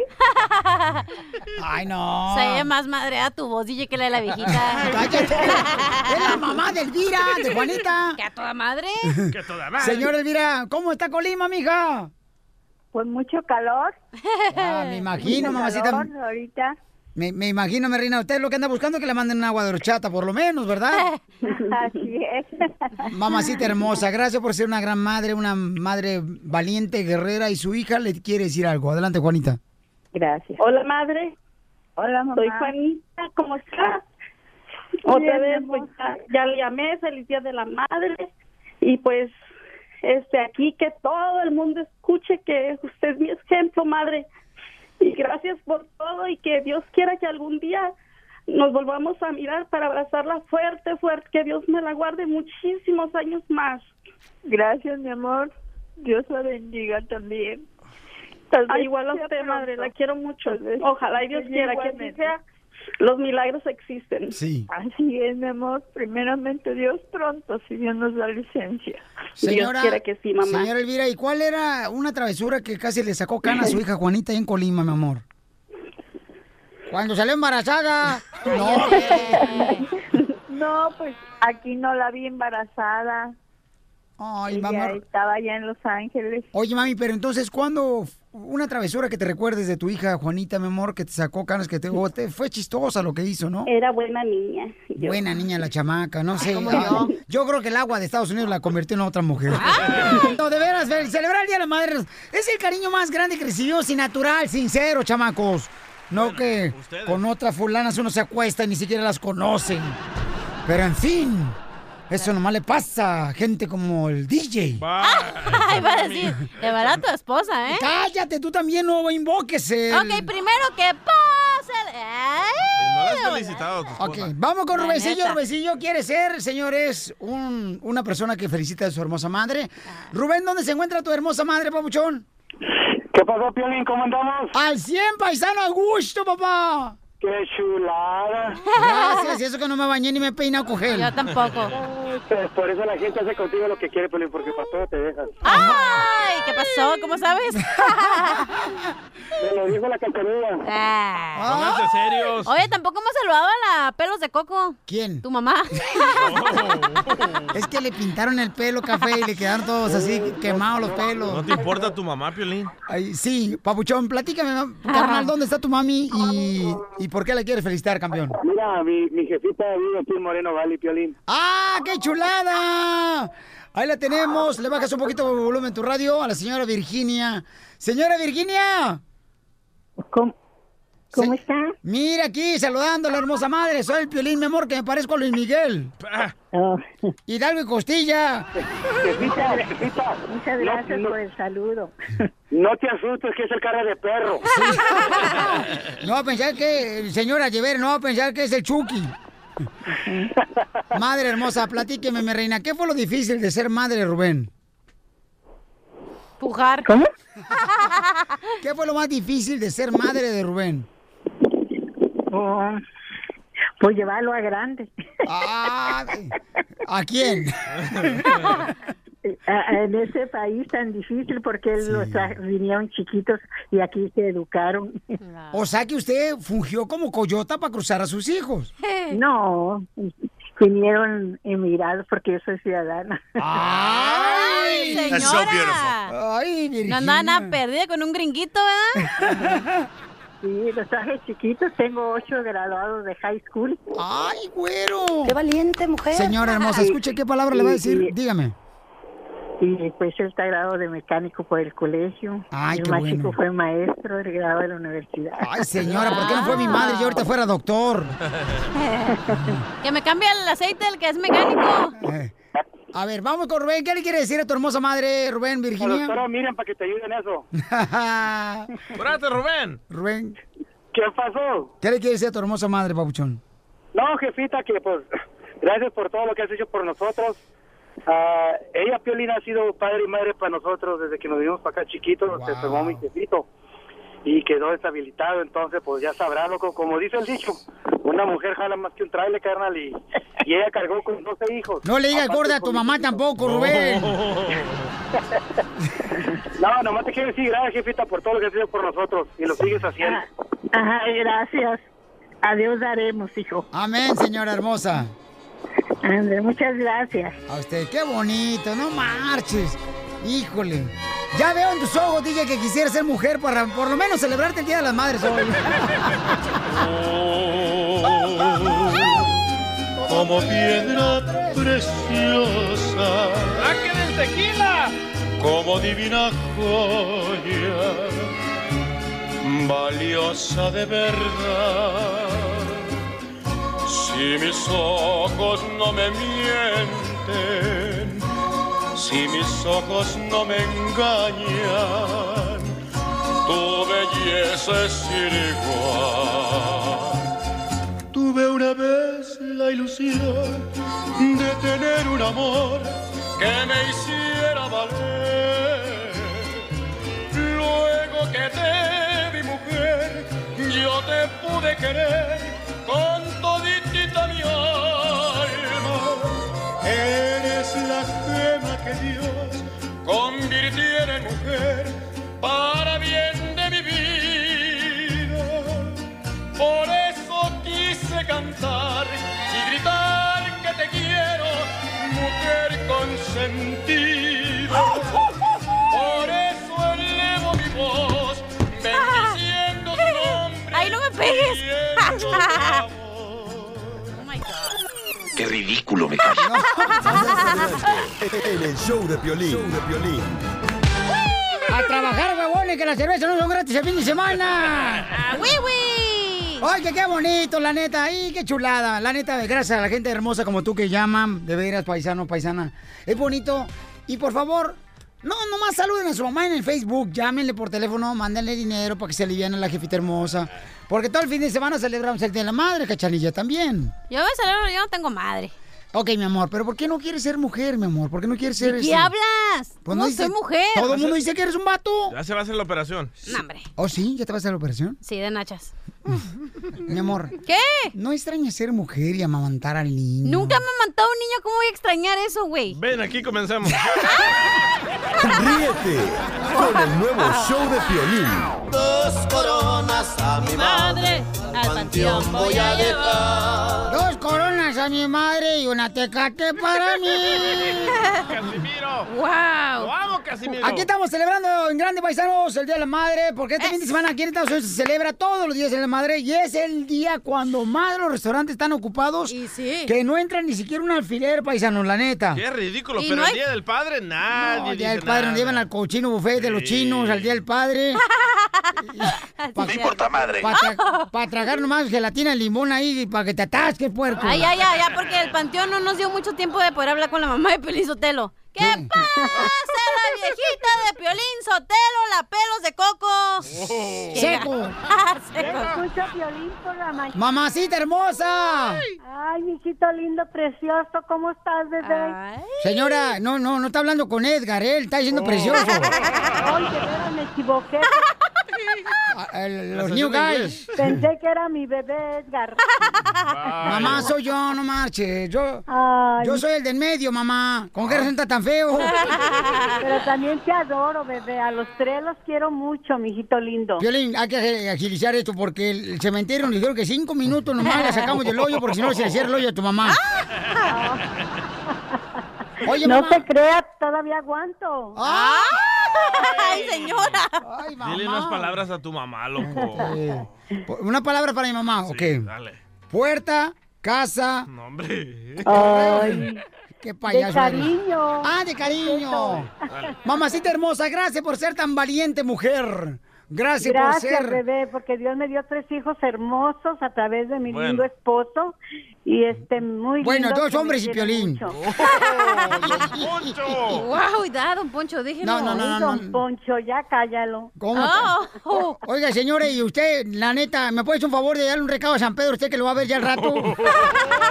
S1: Ay, no.
S2: Se ve más madreada tu voz, DJ, que la de la viejita.
S1: Cállate. Es la mamá de Elvira, de Juanita.
S2: Que a toda madre.
S3: Que a toda madre.
S1: Señora Elvira, ¿cómo está Colima, mija?
S12: Pues mucho calor.
S1: Ah, me imagino,
S12: Mucho
S1: mamacita.
S12: calor ahorita.
S1: Me, me imagino, mi reina, usted lo que anda buscando es que le manden un agua de horchata, por lo menos, ¿verdad?
S12: Así es.
S1: Mamacita hermosa, gracias por ser una gran madre, una madre valiente, guerrera, y su hija le quiere decir algo. Adelante, Juanita.
S12: Gracias. Hola, madre. Hola, mamá. Soy Juanita, ¿cómo estás? Otra
S7: Bien,
S12: vez, pues, ya, ya le llamé, feliz día de la madre. Y pues, este, aquí que todo el mundo escuche que usted es mi ejemplo, madre. Y gracias por todo y que Dios quiera que algún día nos volvamos a mirar para abrazarla fuerte, fuerte. Que Dios me la guarde muchísimos años más.
S7: Gracias, mi amor. Dios la bendiga también.
S12: Ah, igual a usted, madre, la quiero mucho.
S7: Pues
S12: Ojalá y Dios quiera que así sea. Los milagros existen.
S1: Sí.
S7: Así es, mi amor. Primeramente, Dios pronto, si Dios nos da licencia. Dios
S1: Señora,
S7: quiera que sí, mamá.
S1: señora Elvira, ¿y cuál era una travesura que casi le sacó cana a su hija Juanita en Colima, mi amor? Cuando salió embarazada. No.
S7: No, pues aquí no la vi embarazada.
S1: Ay,
S7: Ella
S1: mamá.
S7: estaba allá en Los Ángeles.
S1: Oye, mami, pero entonces, ¿cuándo f- una travesura que te recuerdes de tu hija Juanita, mi amor, que te sacó canas, que te, o te- fue chistosa lo que hizo, ¿no?
S12: Era buena niña.
S1: Buena niña la chamaca, no sé. yo? creo que el agua de Estados Unidos la convirtió en otra mujer. No, de veras, fe- celebrar el Día de la Madre es el cariño más grande que recibimos, sin natural, sincero, chamacos. No que con otras fulanas uno se acuesta y ni siquiera las conocen. Pero en fin, eso nomás le pasa a gente como el DJ. Ah.
S2: Ay, va a decir, de verdad tu esposa, ¿eh?
S1: Cállate, tú también no invoques el...
S2: Ok, primero que pase. Ay,
S3: No la has felicitado a tu
S1: Ok,
S3: esposa.
S1: vamos con
S3: La
S1: Rubencillo.
S3: neta.
S1: Rubencillo quiere ser, señores, un- una persona que felicita a su hermosa madre. Rubén, ¿dónde se encuentra tu hermosa madre, papuchón?
S19: ¿Qué pasó, Piolín? ¿Cómo andamos?
S1: Al 100, paisano, a gusto, papá.
S19: ¡Qué chulada!
S1: Gracias, y eso que no me bañé ni me he peinado con gel. Yo
S2: tampoco.
S19: Pues por eso la gente hace contigo lo que quiere, Piolín, porque para todo te dejas.
S2: ¿qué pasó? ¿Cómo sabes?
S19: Me lo dijo la cantarilla.
S2: Ah.
S19: Pónganse serios.
S2: Oye, tampoco hemos saludado a la pelos de coco.
S1: ¿Quién?
S2: Tu mamá.
S1: Es que le pintaron el pelo café y le quedaron todos así quemados los pelos.
S3: ¿No te importa tu mamá, Piolín?
S1: Ay, sí, papuchón, platícame, ¿no? carnal, ¿dónde está tu mami y, y por qué la quieres felicitar, campeón?
S19: Mira, mi, mi jefita vive aquí en Moreno Valley, Piolín.
S1: ¡Ah, qué chulada! Ahí la tenemos. Le bajas un poquito el volumen tu radio a la señora Virginia. Señora Virginia.
S12: ¿Cómo,
S1: cómo está? Mira aquí, saludando a la hermosa madre. Soy el piolín, mi amor, que me parezco a Luis Miguel. Hidalgo y Costilla.
S19: Jefita, jefita.
S12: Muchas
S19: no-
S12: gracias pues.
S19: no,
S12: por el saludo.
S19: no te asustes, que es el cara de perro.
S1: No va a pensar que, señora Llever, no va a pensar que es el Chucky. Madre hermosa, platíqueme, mi reina. ¿Qué fue lo difícil de ser madre, Rubén?
S2: Pujar.
S1: ¿Cómo? ¿Qué fue lo más difícil de ser madre de Rubén?
S12: Oh, pues llevarlo a grande.
S1: Ah, ¿A quién?
S12: A- en ese país tan difícil porque los tra- vinieron chiquitos y aquí se educaron.
S1: O sea que usted fungió como coyota para cruzar a sus hijos.
S12: No, vinieron emigrados porque yo soy ciudadana.
S1: Ah.
S2: ¡Ay, señora!
S12: That's so beautiful.
S1: Ay,
S2: no andaba nada perdida con un gringuito, ¿verdad?
S12: Sí, los traje chiquitos, tengo ocho graduados de high school.
S1: ¡Ay, güero!
S12: ¡Qué valiente mujer!
S1: Señora hermosa,
S12: Y-
S1: escuche qué palabra le va a
S12: y-
S1: decir.
S12: y-
S1: Dígame.
S12: Y pues él está graduado de mecánico por el colegio.
S1: Ay,
S12: el
S1: qué
S12: más
S1: bueno.
S12: chico fue maestro, el graduado de la universidad.
S1: Ay, señora, ¿por qué no fue mi madre? Yo ahorita fuera doctor.
S2: que me cambie el aceite del que es mecánico.
S1: A ver, vamos con Rubén. ¿Qué le quiere decir a tu hermosa madre, Rubén, Virginia?
S19: Doctora, miren para que te ayuden eso.
S3: Espérate, Rubén.
S1: Rubén,
S19: ¿Qué pasó?
S1: ¿qué le quiere decir a tu hermosa madre, papuchón?
S19: No, jefita, que pues gracias por todo lo que has hecho por nosotros. Ah, ella, Piolina, ha sido padre y madre para nosotros desde que nos vinimos para acá chiquitos, se enfermó mi jefito y quedó deshabilitado, entonces pues ya sabrá, loco, como dice el dicho, una mujer jala más que un trailer, carnal, y, y ella cargó con 12 hijos.
S1: No le digas
S19: Aparte, pues,
S1: gorda a tu
S19: con-
S1: mamá tampoco, Rubén.
S19: No, nomás te quiero decir gracias, jefita, por todo lo que has hecho por nosotros y lo sigues haciendo.
S12: Ajá, gracias. Adiós daremos, hijo.
S1: Amén, señora hermosa.
S12: André, muchas gracias.
S1: A usted, qué bonito, no marches. Híjole. Ya veo en tus ojos, dije que quisiera ser mujer para por lo menos celebrarte el Día de las Madres hoy.
S10: Como piedra preciosa. ¡Ah, que del tequila! Como divina joya, valiosa de verdad. Si mis ojos no me mienten, si mis ojos no me engañan, tu belleza es sin igual. Tuve una vez la ilusión de tener un amor que me hiciera valer. Luego que te vi mujer, yo te pude querer con toditita mi alma. Eres la gema que Dios convirtiera en mujer para bien de mi vida. Por eso quise cantar y gritar que te quiero, mujer consentida. Por eso elevo mi voz, bendiciendo tu nombre.
S2: ¡Ay, no me pegues!
S5: Qué ridículo me En el show de Piolín.
S1: A trabajar, huevones, que las cervezas no son gratis el fin de semana.
S2: ¡Wii, wii!
S1: Oye, qué bonito, la neta. ¡Ay, qué chulada! La neta, gracias a la gente hermosa como tú que llaman. De veras, paisano, paisana. Es bonito. Y por favor, no, nomás saluden a su mamá en el Facebook. Llámenle por teléfono, mándenle dinero para que se aliviane la jefita hermosa. Porque todo el fin de semana celebramos el Día de la Madre, cachanilla, también.
S2: Yo me celebro, yo no tengo madre.
S1: Ok, mi amor, pero ¿por qué no quieres ser mujer, mi amor? ¿Por qué no quieres ser...
S2: ¿De
S1: este?
S2: qué hablas?
S1: Pues
S2: no
S1: no dice-
S2: soy mujer.
S1: Todo el mundo dice que eres un vato.
S3: Ya se va a hacer la operación.
S2: No, hombre.
S1: ¿Oh, sí? ¿Ya te vas a hacer la operación?
S2: Sí, de nachas.
S1: Mi amor.
S2: ¿Qué?
S1: ¿No extrañas ser mujer y amamantar al niño?
S2: Nunca me ha matado un niño, ¿cómo voy a extrañar eso, güey?
S3: Ven, aquí comenzamos.
S5: Ríete con el nuevo show de Piolín.
S10: Dos coronas a mi madre, al panteón voy a llevar.
S1: Dos coronas a mi madre y una tecate para mí.
S3: ¡Casimiro!
S2: ¡Wow!
S3: ¡Lo amo, Casimiro!
S1: Aquí estamos celebrando en Grande Paisanos el Día de la Madre, porque este fin de semana aquí en Estados Unidos se celebra todos los días de la Madre y es el día cuando más los restaurantes están ocupados que no entra ni siquiera un alfiler, paisanos, la neta.
S3: Qué ridículo,
S1: Y
S3: pero
S1: no
S3: el
S1: hay-
S3: día del padre, nadie.
S1: No, el Día
S3: dice
S1: del Padre
S3: nada.
S1: nos llevan al cochino buffet de los chinos, al Día del Padre.
S5: No importa madre.
S2: Ah.
S1: Para tragar nomás gelatina, limón ahí, para que te atasques, puerco.
S2: Ay, ay, ay, ay, porque el panteón no nos dio mucho tiempo de poder hablar con la mamá de Piolín Sotelo. ¿Qué pasa, la viejita de Piolín Sotelo, la pelos de coco?
S1: Seco.
S2: Seco.
S12: violín por la mañana.
S1: Mamacita hermosa.
S12: Ay, mijito lindo, precioso, ¿cómo estás, bebé?
S1: Señora, no, no, no está hablando
S2: Oh.
S1: con Edgar, él está diciendo precioso.
S12: Ay, de veras me equivoqué.
S1: a- Ah, el- los new guys.
S12: Pensé que era mi bebé Edgar.
S1: Mamá, soy yo, no marches. Yo,
S12: Ay.
S1: yo soy el del medio, mamá. ¿Con
S3: Ah.
S1: qué resulta tan feo?
S12: Pero también te adoro, bebé. A los tres los quiero mucho, mijito lindo.
S1: Violín, hay que agilizar esto porque el cementerio nos dijeron que cinco minutos nomás la sacamos del hoyo porque si no se le cierra el hoyo a tu mamá. Oye,
S12: Ah. no
S1: mamá.
S12: te creas, todavía aguanto.
S2: ¡Ay, señora!
S1: ¡Ay,
S3: Dile unas palabras a tu mamá, loco.
S1: Una palabra para mi mamá, ok.
S3: Dale.
S1: Puerta, casa.
S3: No, hombre.
S1: Ay. Qué payaso.
S3: De
S1: cariño. Ah, de cariño.
S3: Dale.
S1: Mamacita hermosa, gracias por ser tan valiente mujer. Gracias, por ser.
S12: bebé, porque Dios me dio tres hijos hermosos a través de mi
S1: Bueno.
S12: lindo esposo y este muy
S1: Bueno,
S12: lindo,
S1: dos
S12: que me
S1: hombres y
S12: quiere
S1: Piolín.
S12: mucho.
S2: ¡Guau, cuidado, don
S12: pues,
S2: Poncho! Déjenlo.
S1: No, no, no, no,
S12: Ay,
S1: no.
S12: Don Poncho, ya cállalo.
S1: ¿Cómo? O- Oiga, señores, y usted, la neta, ¿me puede hacer un favor de darle un recado a San Pedro, usted que lo va a ver ya al rato?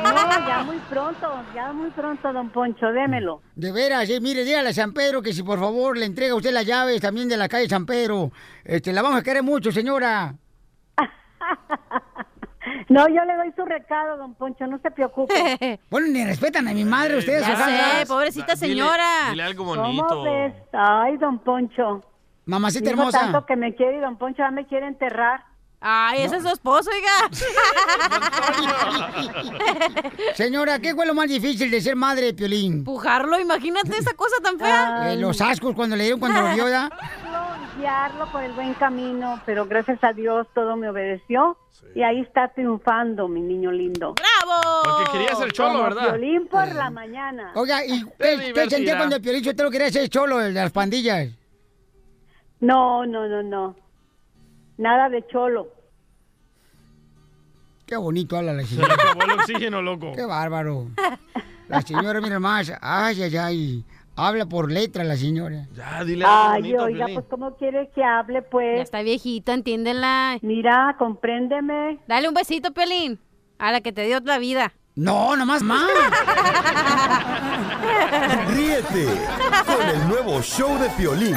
S12: No, ya muy pronto, ya muy pronto, don Poncho, démelo.
S1: De veras, eh, mire, dígale a San Pedro que si por favor le entrega usted las llaves también de la calle San Pedro. Este, la vamos a querer mucho, señora.
S12: No, yo le doy su recado, don Poncho, no se preocupe.
S1: Bueno, ni respetan a mi
S2: Eh,
S1: madre ustedes,
S12: Ya
S1: ojalá.
S12: sé, pobrecita Da- dile- señora. dile algo ¿Cómo ves? Ay, don Poncho.
S1: Mamacita
S12: Dijo
S1: hermosa.
S12: tanto que me quiere y don Poncho ya me quiere enterrar.
S2: Ay, ese es su esposo, oiga.
S1: Señora, ¿qué fue lo más difícil de ser madre de Piolín?
S2: Pujarlo, imagínate esa cosa tan fea.
S1: Eh, los ascos cuando le dieron cuando lo vio, ¿verdad?
S12: Guiarlo por el buen camino, pero gracias a Dios todo me obedeció. Y ahí está triunfando, mi niño lindo.
S2: ¡Bravo!
S3: Porque quería ser cholo,
S12: Como
S3: ¿verdad?
S12: Violín por la mañana.
S1: Oiga, ¿y
S12: Qué
S1: usted usted sentía
S12: diversidad.
S1: cuando el Piolín lo quería ser cholo, el de las pandillas?
S12: No, no, no, no. Nada de cholo.
S1: Qué bonito habla la
S3: Se le
S1: señora.
S3: acabó el oxígeno, loco.
S1: Qué bárbaro. La señora, mira más. Ay, ay, ay. Habla por letra la señora.
S3: Ya, dile
S12: Ay, oiga, pues ¿cómo quiere que hable, pues?
S2: Ya está viejita, entiéndela.
S12: Mira, compréndeme.
S2: Dale un besito, Pelín. A la que te dio otra vida.
S1: No, nomás más.
S5: Ríete con el nuevo show de Piolín.